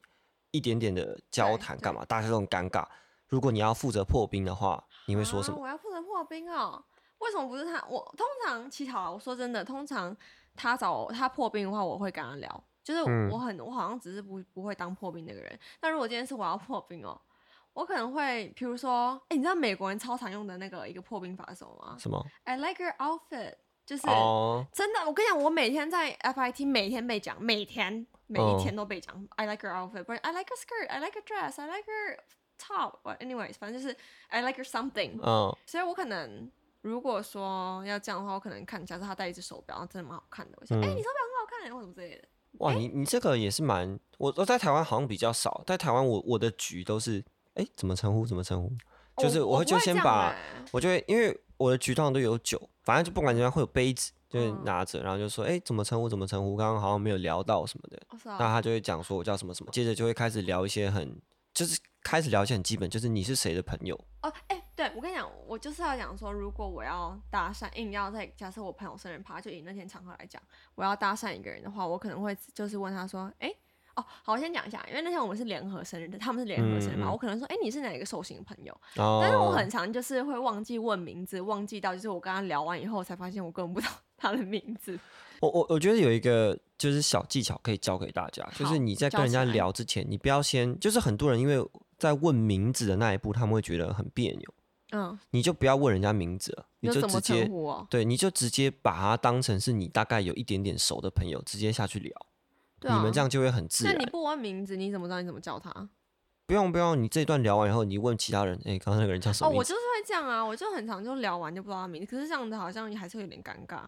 S1: 一点点的交
S2: 对
S1: 谈，
S2: 对
S1: 干嘛？大家都很尴尬。如果你要负责破冰的话，你会说什
S2: 啊
S1: 么？
S2: 我要负责破冰哦。为什么不是他？我通常乞讨啊，我说真的，通常他找我他破冰的话，我会跟他聊，就是
S1: 嗯
S2: 我很、我好像只是不不会当破冰那个人。但如果今天是我要破冰哦，我可能会，比如说，哎、你知道美国人超常用的那个一个破冰法是什么吗
S1: 什么？
S2: ？I like your outfit，就是、
S1: 哦，
S2: 真的，我跟你讲，我每天在 FIT 每天被讲，每天每一
S1: 嗯
S2: 天都被讲、I like your outfit，不是 I like your skirt, I like your dress, I like your top. But anyways，反正就是 I like your something。
S1: 嗯，
S2: 所以我可能如果说要这样的话，我可能看，假设他戴一只手表，然后真的蛮好看的，我想，哎、
S1: 嗯
S2: 你手表很好看，或什么之类的。
S1: 哇，你你这个也是蛮，我我在台湾好像比较少，在台湾我我的局都是，哎、怎么称呼？怎么称呼？就是
S2: 哦我
S1: 会就先把。
S2: 我
S1: 我就会因为我的局通常都有酒，反正就不管怎么样会有杯子，就是
S2: 嗯
S1: 拿着，然后就说，哎、怎么称呼怎么称呼，刚刚好像没有聊到什么的，
S2: 不会这样欸我是
S1: 那
S2: 啊
S1: 他就会讲说我叫什么什么，接着就会开始聊一些很，就是开始聊一些很基本，就是你是谁的朋友，
S2: 哦，哎、对我跟你讲，我就是要讲说，如果我要搭讪，硬要在假设我朋友生日趴，就以那天场合来讲，我要搭讪一个人的话，我可能会就是问他说，哎、哦，好，我先讲一下，因为那天我们是联合生日的，他们是联合生日嘛，
S1: 嗯嗯
S2: 我可能说，哎、你是哪一个寿星的朋友？
S1: 哦，
S2: 但是我很常就是会忘记问名字，忘记到就是我跟他聊完以后，才发现我根本不知道 他的名字。
S1: 我我我觉得有一个就是小技巧可以教给大家，就是
S2: 好
S1: 你在
S2: 教
S1: 跟人
S2: 起
S1: 家
S2: 来
S1: 聊之前，你不要先，就是很多人因为在问名字的那一步，他们会觉得很别扭，
S2: 嗯，
S1: 你就不要问人家名字了，你
S2: 你
S1: 就
S2: 就怎
S1: 直
S2: 么称
S1: 接。
S2: 呼哦？
S1: 对，你就直接把它当成是你大概有一点点熟的朋友，直接下去聊，
S2: 对啊，
S1: 你们这样就会很自
S2: 那
S1: 然。
S2: 你不问名字，你怎么知道你怎么叫他？
S1: 不用不用，你这一段聊完以后，你问其他人，哎、刚刚那个人叫什
S2: 哦，
S1: 么
S2: 我
S1: 名字？
S2: 就是会这样啊，我就很常就聊完就不知道他名字，可是这样子好像还是会有点尴尬。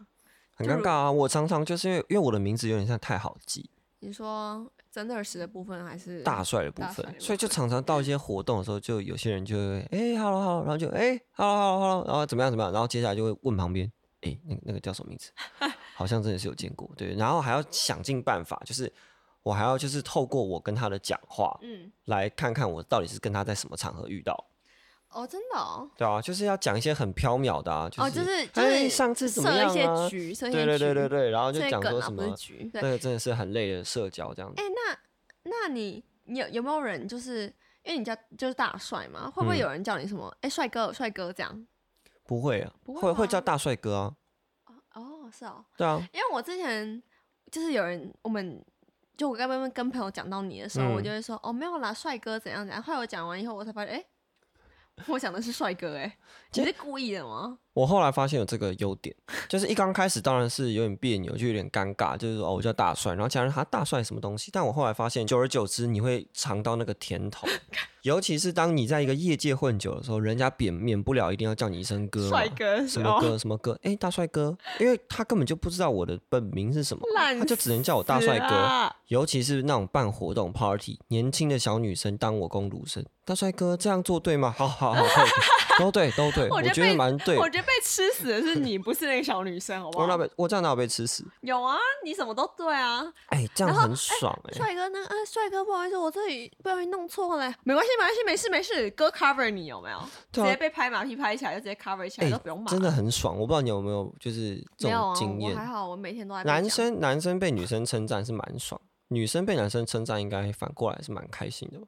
S1: 很
S2: 就
S1: 尴
S2: 如
S1: 尬啊！我常常就是因为因为我的名字有点像太好记，
S2: 你说真的实的部分还是
S1: 大帅的部
S2: 大
S1: 分
S2: 帅的，部
S1: 所以就
S2: 分
S1: 常常到一些活动的时候，就有些人就会哎、hello hello，然后就哎、hello hello hello，然后怎么样怎么样，然后接下来就会问旁边。哎、那个那个叫什么名 字？好像真的是有见过，对。然后还要想尽办法，就是我还要就是透过我跟他的讲话，
S2: 嗯
S1: 来看看我到底是跟他在什么场合遇到。
S2: 哦，真的哦，
S1: 对啊，就是要讲一些很缥缈的啊，就是、
S2: 哦，就是就
S1: 哎
S2: 是
S1: 上次怎么
S2: 设
S1: 样
S2: 一些
S1: 啊？
S2: 局，设一些
S1: 对对对对
S2: 局，
S1: 对，然后就
S2: 设一
S1: 讲
S2: 梗
S1: 说
S2: 啊
S1: 什
S2: 不是
S1: 么，
S2: 局，
S1: 那
S2: 对。
S1: 个真的是很累的社交这样子。
S2: 哎，那那你你有有没有人就是因为你叫就是大帅嘛，会不会
S1: 嗯
S2: 有人叫你什么？哎，帅哥，帅哥这样？
S1: 不会啊，
S2: 不会
S1: 会
S2: 吗
S1: 叫大帅哥啊，
S2: 哦，是哦，
S1: 对啊，
S2: 因为我之前就是有人，我们就我刚刚跟朋友讲到你的时候，我
S1: 嗯
S2: 就会说哦没有啦，帅哥怎样怎样。后来我讲完以后，我才发现，哎、我想的是帅哥、诶哎，
S1: 其
S2: 你是故意的吗？
S1: 我后来发现有这个优点，就是一刚开始当然是有点别扭，就有点尴尬，就是说哦我叫大帅，然后其他人他大帅什么东西？但我后来发现，久而久之你会尝到那个甜 头，尤其是当你在一个业界混久的时候，人家免免不了一定要叫你一声哥嘛，
S2: 帅哥
S1: 什么哥什么哥，哎、大帅哥，因为他根本就不知道我的本名是什么，
S2: 烂
S1: 他就只能叫我大
S2: 死
S1: 帅哥。
S2: 啊
S1: 尤其是那种办活动 party，年轻的小女生当我公主生，大帅哥这样做对吗？好好好，可以可以都对都对，
S2: 我
S1: 我
S2: 觉得
S1: 觉
S2: 被
S1: 得蛮对。
S2: 我觉得被吃死的是你，不是那个小女生，好不
S1: 我那
S2: 好？
S1: 被我这样哪有被吃死？
S2: 有啊，你什么都对啊。
S1: 哎、这样很爽哎、
S2: 帅哥，那呃，帅哥，不好意思，我这里不小心弄错了，没关系，没关系，没事没事，哥 cover 你有没有？直
S1: 对
S2: 接
S1: 啊，
S2: 被拍马屁拍起来就直接 cover 起来，
S1: 哎
S2: 都不用骂。
S1: 真的很爽。我不知道你有没有就是这
S2: 没有
S1: 种
S2: 啊，
S1: 经
S2: 我
S1: 验。
S2: 还好，我每天都在被
S1: 男
S2: 讲
S1: 生男生被女生称赞是蛮爽，女生被男生称赞应该反过来是蛮开心的吧？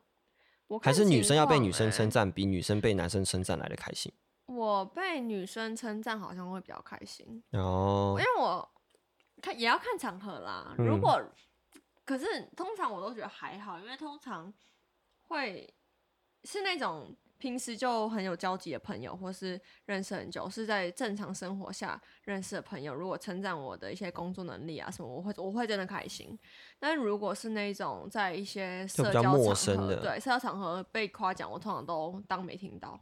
S2: 我看
S1: 还是女
S2: 情
S1: 生要被
S2: 况
S1: 女生
S2: 欸
S1: 称赞比女生被男生称赞来的开心？
S2: 我被女生称赞好像会比较开心，
S1: 哦
S2: 因，为我看也要看场合啦。如
S1: 嗯
S2: 果、可是通常我都觉得还好，因为通常会是那种平时就很有交集的朋友，或是认识很久，是在正常生活下认识的朋友，如果称赞我的一些工作能力啊什么，我会我会真的开心。但如果是那种在一些
S1: 就比
S2: 社
S1: 较
S2: 交场
S1: 陌
S2: 合，
S1: 生的
S2: 对社交场合被夸奖，我通常都当没听到。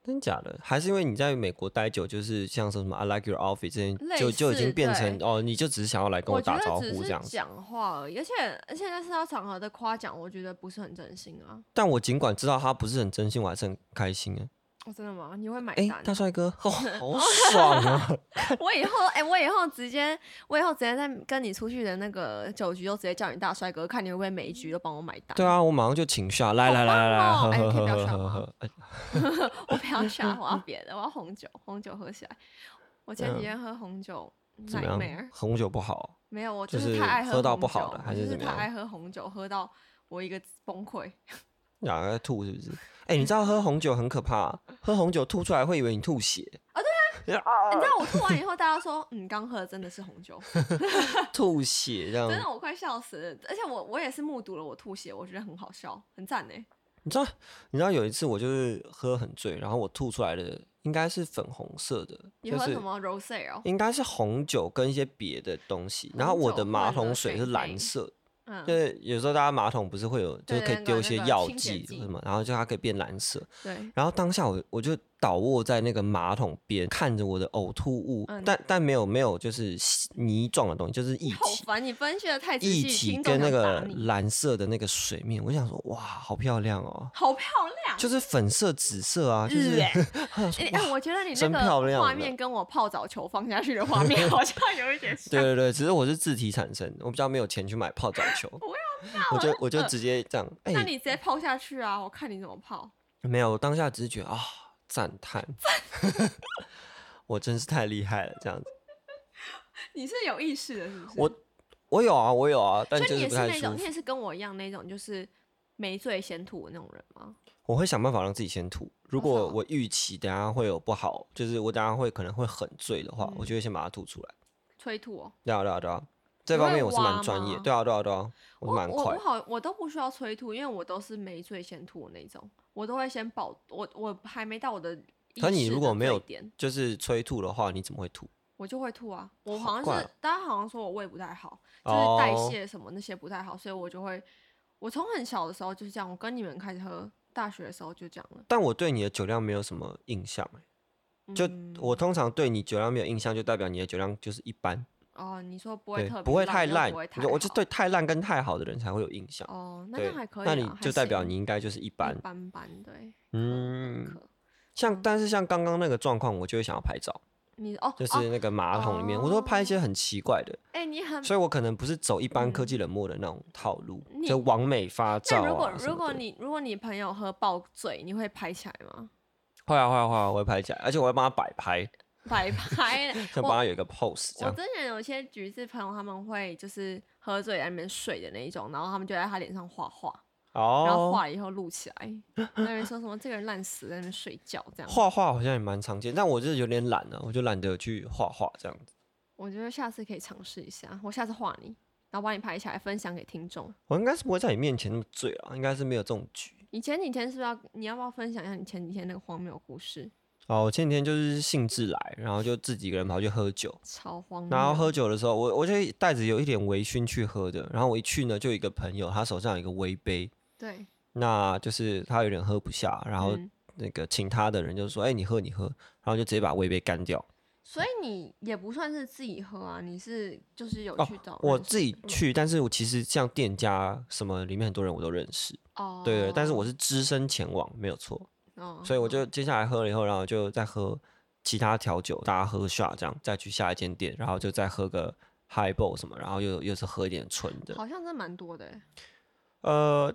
S1: 真假的？还是因为你在美国待久，就是像说什么 “I like your outfit” 这
S2: 类
S1: 些，就就已
S2: 似
S1: 经变成
S2: 对
S1: 哦，你就只是想要来跟
S2: 我觉
S1: 打招
S2: 得只
S1: 呼这
S2: 是
S1: 样子。
S2: 讲话而已，而且而且在社交场合的夸奖，我觉得不是很真心啊。
S1: 但我尽管知道他不是很真心，我还是很开心啊。
S2: 哦，真的吗？你会买
S1: 哎、
S2: 单？
S1: 大帅哥，哦，好爽 啊！
S2: 我以后哎、我以后直接，我以后直接在跟你出去的那个酒局，就直接叫你大帅哥，看你会不会每一局都帮我买单。
S1: 对啊，我马上就请下，来来来来来，喝
S2: 好棒
S1: 喝
S2: 哦哎可以
S1: 喝
S2: 不要
S1: 喝
S2: 笑
S1: 喝
S2: 吗
S1: 喝。哎
S2: 我不要下，我要别的，我要红酒，红酒喝起来。我前
S1: 嗯
S2: 几天喝红酒。
S1: 怎么样
S2: nightmare？？
S1: 红酒不好，
S2: 没有，我
S1: 就
S2: 就是
S1: 是
S2: 太爱
S1: 喝到
S2: 红
S1: 不好
S2: 酒
S1: 的
S2: 我
S1: 还
S2: 就是是
S1: 怎么
S2: 太
S1: 样
S2: 爱喝红酒，喝到我一个崩溃。
S1: 哪个吐是不是？哎、你知道喝红酒很可怕、 喝红酒吐出来会以为你吐血
S2: 你知道我吐完以后，大家说，嗯，刚喝的真的是红酒。
S1: 吐血这样。
S2: 真的，我快笑死了！而且我我也是目睹了我吐血，我觉得很好笑，很赞呢。
S1: 你知道，你知道有一次我就是喝很醉，然后我吐出来的应该是粉红色的，
S2: 你
S1: 就
S2: 喝
S1: 是
S2: 什么 rose 哦？
S1: 应该是红酒跟一些别的东西，然后
S2: 红
S1: 我
S2: 酒
S1: 的马
S2: 换了
S1: 桶水
S2: 水
S1: 是蓝
S2: 杯
S1: 色，
S2: 嗯
S1: 就，是有时候大家马桶不是会有，就是
S2: 对
S1: 可
S2: 那
S1: 以
S2: 个
S1: 丢一
S2: 那
S1: 些
S2: 个
S1: 药
S2: 清洁
S1: 剂
S2: 剂
S1: 什么，然后就它可以变蓝色。
S2: 对，
S1: 然后当下我我就倒卧在那个马桶边，看着我的呕吐物，
S2: 嗯
S1: 但但没有没有就是泥状的东西，就是液
S2: 你好
S1: 体。
S2: 烦！你分析的太仔
S1: 液
S2: 细，
S1: 体
S2: 听
S1: 跟
S2: 众
S1: 那
S2: 想打
S1: 个
S2: 你
S1: 蓝色的那个水面，我想说，哇，好漂亮哦！
S2: 好漂亮。
S1: 就是粉色、紫色啊，就是
S2: 日哎
S1: 我想说
S2: 哎、
S1: 哇
S2: 我觉得你那
S1: 真漂
S2: 个
S1: 亮
S2: 画
S1: 了
S2: 面跟我泡澡球放下去的画面 好像有一
S1: 对
S2: 点像。
S1: 对对，只是我是自体产生，我比较没有钱去买泡澡球，
S2: 我
S1: 我就我就
S2: 呃
S1: 直接这样，哎、
S2: 那你直接泡下去啊！我看你怎么泡。
S1: 没有，我当下只是觉得啊，赞叹， 我真是太厉害了，这样子，
S2: 你是有意识的，是不是？
S1: 我我有啊，我有啊，但
S2: 所以
S1: 就
S2: 你也
S1: 不
S2: 是
S1: 太
S2: 那
S1: 舒
S2: 种，你
S1: 服
S2: 也，是跟我一样那种，就是没醉先吐的那种人吗？
S1: 我会想办法让自己先吐。如
S2: 哦是
S1: 果
S2: 哦
S1: 我预期等下会有不好，就是我等下会可能会很醉的话，我
S2: 嗯
S1: 就会先把它吐出来。
S2: 催吐哦。
S1: 对啊对啊对啊，这
S2: 你
S1: 方
S2: 会
S1: 面我是
S2: 挖
S1: 蛮专业
S2: 吗。
S1: 对啊对啊对啊，我
S2: 我
S1: 是蛮
S2: 我
S1: 快
S2: 我。好，我都不需要催吐，因为我都是没醉先吐的那种，我都会先保，我我还没到我的意识的最点。
S1: 可你如果没有就是催吐的话，你怎么会吐？
S2: 我就会吐啊。我
S1: 好
S2: 好像
S1: 怪
S2: 是
S1: 哦
S2: 大家好像说我胃不太好，就是代
S1: 哦
S2: 谢什么那些不太好，所以我就会，我从很小的时候就是这样。我跟你们开始喝，大学的时候就这样了。
S1: 但我对你的酒量没有什么印象欸、就
S2: 嗯
S1: 我通常对你酒量没有印象，就代表你的酒量就是一般，
S2: 哦，你说不会
S1: 对
S2: 特别，
S1: 不会太
S2: 又
S1: 烂
S2: 不会。太
S1: 你就我就
S2: 好
S1: 对太烂跟太好的人才会有印象。
S2: 哦，那
S1: 对
S2: 那还，可以
S1: 那
S2: 啊，
S1: 你
S2: 还
S1: 就代表
S2: 行
S1: 你应该就是一般
S2: 一。般般，对，
S1: 嗯，
S2: 可
S1: 像但是像刚刚那个状况，我就会想要拍照，
S2: 你哦
S1: 就是
S2: 哦，
S1: 那个马桶里面，我都会拍一些很奇怪的，
S2: 哎、你很
S1: 所以我可能不是走一般科技冷漠的那种套路，
S2: 嗯你
S1: 就完美发照
S2: 那如果
S1: 啊什
S2: 如
S1: 么
S2: 果
S1: 的。
S2: 你如果你朋友喝爆醉，你会拍起来吗？
S1: 会啊会啊会啊，我会拍起来，而且我会帮他摆拍，
S2: 摆 拍嘞。
S1: 就帮他有一个 pose 这
S2: 我
S1: 样。
S2: 之前有一些橘子朋友，他们会就是喝醉在那边睡的那一种，然后他们就在他脸上画画，
S1: 哦，
S2: 然后画了以后录起来，那边说什么这个人烂死在那边睡觉这样。
S1: 画画好像也蛮常见，但我就是有点懒了、我就懒得去画画这样子。
S2: 我觉得下次可以尝试一下，我下次画你，然后把你拍起来分享给听众。
S1: 我应该是不会在你面前那么醉啊，应该是没有这种局
S2: 你前几天是不是要你要不要分享一下你前几天那个荒谬故事？
S1: 哦，我前几天就是兴致来，然后就自己一个人跑去喝酒，
S2: 超荒谬。
S1: 然后喝酒的时候，我我就带着有一点微醺去喝的，然后我一去呢，就有一个朋友，他手上有一个微杯，
S2: 对，
S1: 那就是他有点喝不下，然后
S2: 嗯
S1: 那个请他的人就说：“哎、你喝，你喝。”然后就直接把微杯干掉。
S2: 所以你也不算是自己喝啊，你是就是有
S1: 哦
S2: 去找、
S1: 我自己去，但是我其实像店家什么里面很多人我都认识，
S2: 哦，
S1: 对对，但是我是只身前往，没有错。
S2: 哦，
S1: 所以我就接下来喝了以后，然后就再喝其他调酒，大家喝 shot 这样，再去下一间店，然后就再喝个 highball 什么，然后又又是喝一点纯的。
S2: 嗯好像真蛮多的欸，
S1: 呃，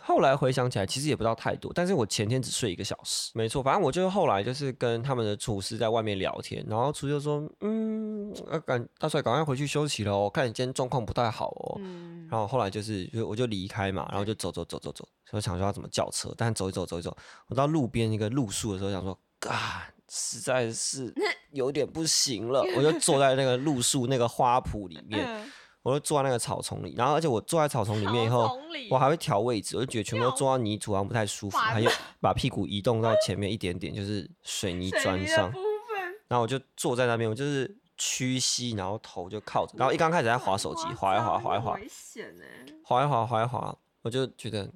S1: 后来回想起来，其实也不到太多，但是我前天只睡一个小时，没错。反正我就是后来就是跟他们的厨师在外面聊天，然后厨师就说：“嗯，呃，赶大帅赶快回去休息了哦，看你今天状况不太好哦。
S2: 嗯，
S1: 然后后来就是就我就离开嘛，然后就走走走走走，所以想说要怎么叫车，但走一走走一走，我到路边一个路树的时候，想说，啊，实在 是有点不行了，我就坐在那个路树那个花圃里面，
S2: 嗯
S1: 我就坐在那个草丛里，然后而且我坐在草丛里面以
S2: 草
S1: 后。
S2: 丛里
S1: 我还会调位置，我就觉得全部都
S2: 跳
S1: 坐到泥土好像不太舒服，
S2: 哇
S1: 还有把屁股移动到前面一点点，就是水泥
S2: 水
S1: 砖
S2: 泥的
S1: 上。
S2: 部分
S1: 然后我就坐在那边，我就是屈膝，然后头就靠着，然后一刚开始在划手机，
S2: 很
S1: 划一划，
S2: 夸张
S1: 划一
S2: 很
S1: 划，
S2: 危险哎，
S1: 滑一滑，滑一滑，我就觉得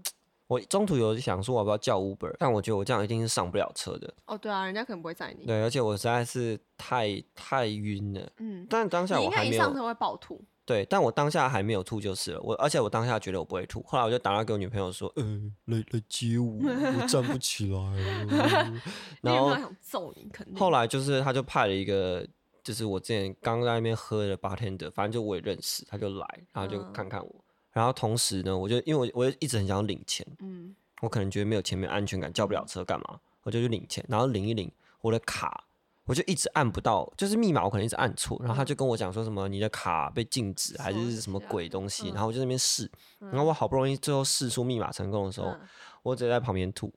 S1: 我中途有想说我要不要叫 Uber，但我觉得我这样一定是上不了车的。
S2: 哦对啊，人家可能不会载你，
S1: 对，而且我实在是太太晕了。
S2: 嗯，
S1: 但当下
S2: 你
S1: 我
S2: 应该
S1: 还
S2: 一
S1: 没
S2: 上
S1: 有
S2: 车会暴吐，。
S1: 对，但我当下还没有吐就是了。我而且我当下觉得我不会吐，后来我就打电话给我女朋友说，呃，来来接我，我站不起来了
S2: 你
S1: 然
S2: 有没
S1: 后
S2: 有想揍你？肯定
S1: 后来就是他就派了一个，就是我之前刚在那边喝的 bartender，反正就我也认识，他就来，然后就
S2: 嗯
S1: 看看我。然后同时呢，我就因为我我一直很想领钱，
S2: 嗯，
S1: 我可能觉得没有钱没有安全感，叫不了车干嘛？我就去领钱，然后领一领我的卡，我就一直按不到，就是密码我可能一直按错，然后他
S2: 嗯
S1: 就跟我讲说什么你的卡被禁止还
S2: 什么
S1: 是什么
S2: 鬼啊
S1: 鬼东西，
S2: 嗯
S1: 然后我就在那边试，
S2: 嗯
S1: 然后我好不容易最后试出密码成功的时候，
S2: 嗯
S1: 我直接在旁边吐，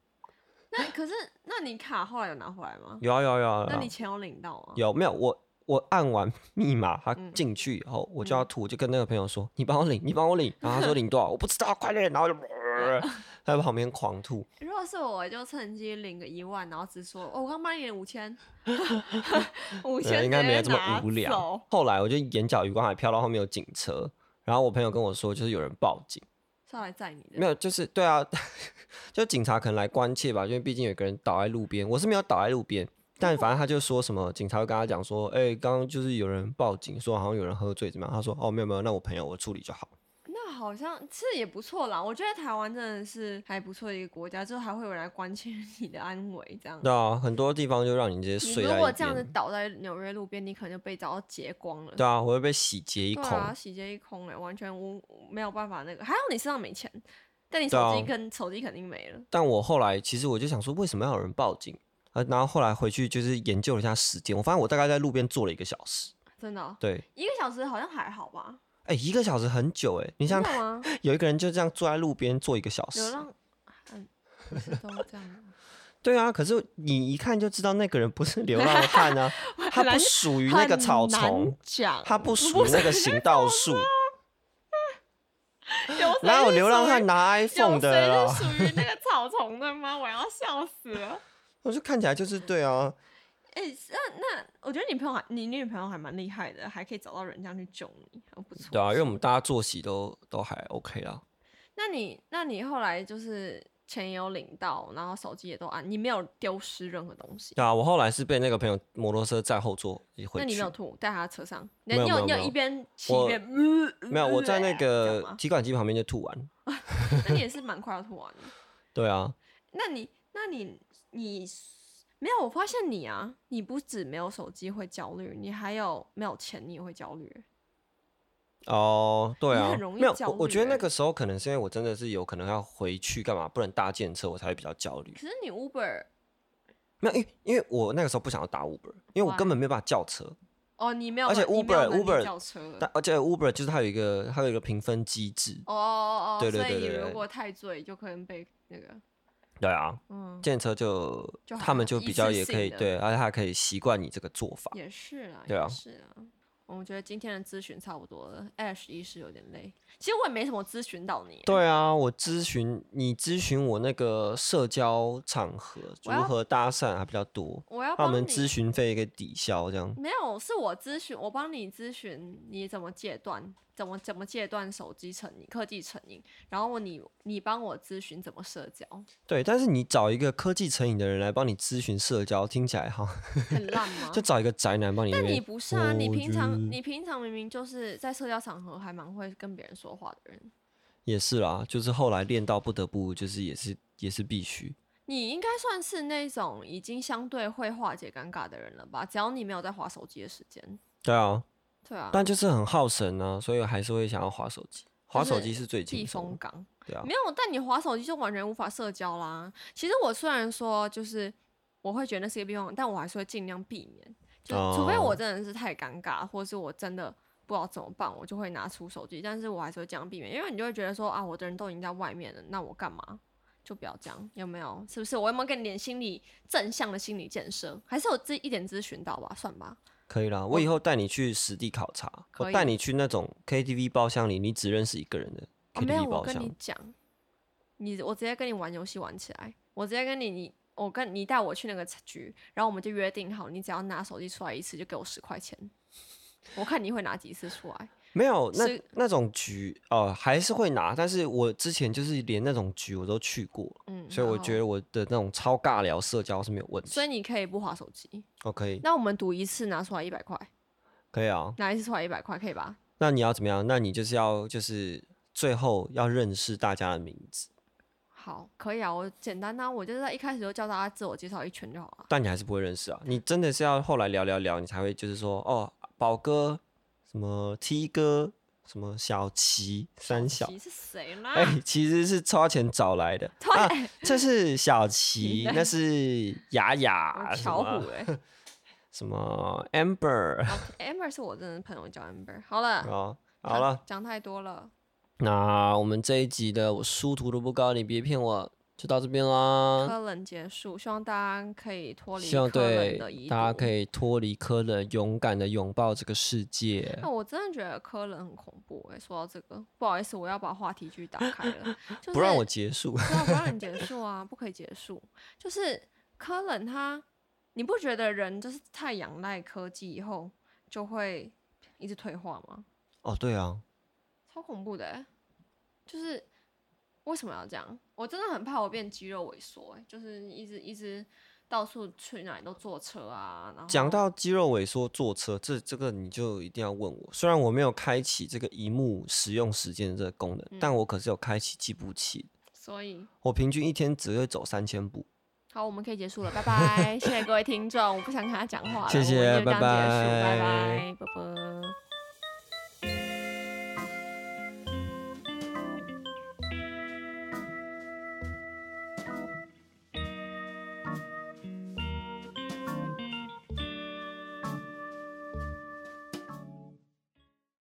S2: 那可是那你卡后来有拿回来吗？
S1: 有啊有啊有啊，有
S2: 那
S1: 啊
S2: 你钱有领到吗？
S1: 有没有我？我按完 密码，他
S2: 嗯
S1: 进去以后，我就要吐，我就跟那个朋友说：“你帮我领，你帮我领。”然后他说：“领多少？我不知道，快点！”然后就
S2: 嗯
S1: 他 在旁边狂吐，
S2: 如果是我，我就趁机领个一万，然后只说，哦，我刚帮你领五 千，五
S1: 呃
S2: 千
S1: 应该
S2: 直
S1: 没
S2: 接
S1: 有这么
S2: 拿
S1: 无聊
S2: 走。。
S1: 后来我就眼角余光还飘到后面有警车，然后我朋友跟我说，就是有人报警，
S2: 是要来载你的，
S1: 没有，就是对啊， 就警察可能来关切吧，因为毕竟有个人倒在路边，我是没有倒在路边。但反正他就说什么，警察会跟他讲说，哎、刚刚就是有人报警，说好像有人喝醉怎么样？他说，哦，没有没有，那我朋友我处理就好。
S2: 那好像其实也不错啦。我觉得台湾真的是还不错的一个国家，就是还会有人来关心你的安危这样。
S1: 对啊，很多地方就让你直接
S2: 你
S1: 睡
S2: 如
S1: 在
S2: 果
S1: 一
S2: 这样子
S1: 边。
S2: 倒在纽约路边，你可能就被找到劫光了。
S1: 对啊，我会被洗劫一
S2: 对
S1: 空。
S2: 啊，洗劫一空哎、完全无没有办法那个。还好你身上没钱，但你
S1: 对
S2: 手
S1: 啊
S2: 机跟、手机肯定没了。
S1: 但我后来其实我就想说，为什么要有人报警？呃，然后后来回去就是研究了一下时间，我发现我大概在路边坐了一个小时。
S2: 真的哦、
S1: 对，
S2: 一个小时好像还好吧？
S1: 哎、一个小时很久哎、你
S2: 真
S1: 想
S2: 的吗？
S1: 有一个人就这样坐在路边坐一个小时
S2: 流，浪，嗯，不是都这 样吗？
S1: 对啊，可是你一看就知道那个人不是流浪汉 啊，他不属于那个草
S2: 很
S1: 丛
S2: 难，讲，
S1: 他不属于那个 行道树，
S2: 啊有谁
S1: 哪有
S2: 是
S1: 流浪
S2: 属于
S1: 汉拿
S2: 有
S1: iPhone 的啊
S2: 谁
S1: 啦？
S2: 是属于那个草丛的吗？我要笑死 了。
S1: 我就看起来就是对啊，
S2: 哎、那那我觉得你朋友还你女朋友还蛮厉害的，还可以找到人这样去救你，还不错。
S1: 对啊，因为我们大家作息都都还 OK 啦。
S2: 那你那你后来就是钱也有领到，然后手机也都啊安，你没有丢失任何东西。
S1: 对啊，我后来是被那个朋友摩托车在后座一回
S2: 那你
S1: 去
S2: 没有，吐在他车上？你
S1: 没有
S2: 你
S1: 没有
S2: 你有
S1: 没有
S2: 一边骑一
S1: 我
S2: 边呃
S1: 没有我在那
S2: 这样
S1: 个
S2: 吗
S1: 提款机旁边就吐完。
S2: 那你也是蛮快要吐完的。
S1: 对啊，
S2: 那你，那你，你没有？我发现你啊，你不止没有手机会焦虑，你还有没有钱你也会焦虑。
S1: 哦，对
S2: 你
S1: 啊，
S2: 很容易
S1: 没有
S2: 焦
S1: 我，我觉得
S2: 虑
S1: 那
S2: 欸
S1: 个时候可能是因为我真的是有可能要回去干嘛，不能搭建车，我才会比较焦虑
S2: 可。是你 Uber
S1: 没有，因为因为我那个时候不想要打 Uber，因为我
S2: Why？
S1: 根本没有办法叫车，
S2: 哦，你没有
S1: 而且
S2: 能，你没有
S1: Uber-
S2: 能力
S1: Uber-
S2: 叫车
S1: 但而且 Uber 就是它有一个它有一个评分机制。
S2: 哦哦哦，
S1: 对对
S2: 所以
S1: 对
S2: 你
S1: 对
S2: 如
S1: 对
S2: 果太醉，就可能被那个，
S1: 对啊，
S2: 嗯，
S1: 建车就
S2: 就还
S1: 他们
S2: 好
S1: 就
S2: 一
S1: 比
S2: 次
S1: 较也可
S2: 性
S1: 以
S2: 的
S1: 对，而且还可以习惯你这个做法。
S2: 也是啊，
S1: 对
S2: 也
S1: 啊
S2: 是啊。我们觉得今天的咨询差不多了，Ash 医师有点累。其实我也没什么咨询到你，
S1: 对啊，我咨询你咨询我那个社交场合如
S2: 我要
S1: 何搭讪还比较多，
S2: 我要
S1: 把我
S2: 帮
S1: 们
S2: 你
S1: 咨询费给抵消这样。
S2: 没有，是我咨询，我帮你咨询你怎么戒断，怎么怎么戒断手机成瘾、科技成瘾，然后你你帮我咨询怎么社交，
S1: 对，但是你找一个科技成瘾的人来帮你咨询社交，听起来好，
S2: 很烂 吗
S1: 就？找一个宅男帮你那
S2: 但
S1: 边。
S2: 你不是啊，你
S1: 我
S2: 平
S1: 觉
S2: 常
S1: 得
S2: 你平常明明就是在社交场合还蛮会跟别人说话的人，
S1: 也是啦，就是后来练到不得不，就是也是也是必须。
S2: 你应该算是那种已经相对会化解尴尬的人了吧？只要你没有在划手机的时间，
S1: 对啊，
S2: 对啊，
S1: 但就是很耗神啊，所以还是会想要划手机。划手机是最
S2: 避
S1: 轻松
S2: 风
S1: 的，
S2: 港。
S1: 对啊
S2: 没，有，但你滑手机就完全无法社交啦。其实我虽然说就是我会觉得那是一个避风港，但我还是会尽量避免，就是除非我
S1: 哦
S2: 真的是太尴尬，或是我真的不知道怎么办，我就会拿出手机，但是我还是会尽量避免，因为你就会觉得说啊，我的人都已经在外面了，那我干嘛？就不要这样，有没有？是不是？我有没有给你点心理正向的心理建设？还是有自己一点咨询到吧？算吧。
S1: 可以啦。我以后带你去实地考察，
S2: 可
S1: 我
S2: 以
S1: 带你去那种 KTV 包厢里，你只认识一个人的
S2: 哦、没有，
S1: KTV
S2: 我
S1: 包
S2: 跟你
S1: 厢。
S2: 讲，你我直接跟你玩游戏玩起来，我直接跟你你我跟你带我去那个局，然后我们就约定好，你只要拿手机出来一次就给我十块钱，我看你会拿几次出来。
S1: 没有，那
S2: 是
S1: 那种局哦、还是会拿，但是我之前就是连那种局我都去过，
S2: 嗯，
S1: 所以
S2: 然
S1: 我
S2: 后
S1: 觉得我的那种超尬聊社交是没有问题。
S2: 所以你可以不划手机，
S1: 哦，可以，
S2: 那我们赌一次拿出来一百块，
S1: 可以啊。
S2: 拿一次出来一百块，可以吧？
S1: 那你要怎么样？那你就是要就是最后要认识大家的名字，
S2: 好，可以啊，我简单呐、我就是在一开始就叫大家自我介绍一圈就好了。
S1: 但你还是不会认识啊。你真的是要后来聊聊聊，你才会就是说哦，宝哥，什么 T 哥，什么小齐三小，
S2: 琪是谁啦？
S1: 哎、其实是花钱找来的
S2: 突然
S1: 啊。这是小齐， 那是雅
S2: 我
S1: 雅，啊什
S2: 巧虎
S1: 么
S2: 哎、
S1: 什么 Amber
S2: 好 Amber 是我真的朋友，叫 Amber。好了，
S1: 哦，好了。，
S2: 讲太多了。
S1: 那我们这一集的我殊途都不高，你别骗我，就到这边啦。
S2: 科冷结束，希望大家可以脱
S1: 嗯
S2: 离
S1: 希
S2: 科
S1: 望
S2: 冷
S1: 对
S2: 的遗毒。
S1: 大家可。以脱离科冷，勇敢的拥抱这个世界
S2: 那。我真的觉得科冷很恐怖哎、说到这个，不好意思，我要把话题继续打开 了，就是
S1: 不让我结束，
S2: 不要不让你结束啊，不可以结束。就是科冷他，你不觉得人就是太仰赖科技以后就会一直退化吗？
S1: 哦，对啊，
S2: 超恐怖的、欸，就是为什么要这样？我真的很怕我变肌肉萎缩、欸，就是一直一直到处去哪里都坐车啊，然后
S1: 讲到肌肉萎缩坐车，这这个你就一定要问我。虽然我没有开启这个一幕使用时间的这个功能，
S2: 嗯
S1: 但我可是有开启计步器。
S2: 所以
S1: 我平均一天只会走三千步。
S2: 好，我们可以结束了，拜 拜，谢谢各位听众，我不想跟他讲话了，
S1: 谢谢
S2: 我们就这样
S1: 拜
S2: 结束，拜
S1: 拜
S2: 拜，拜拜。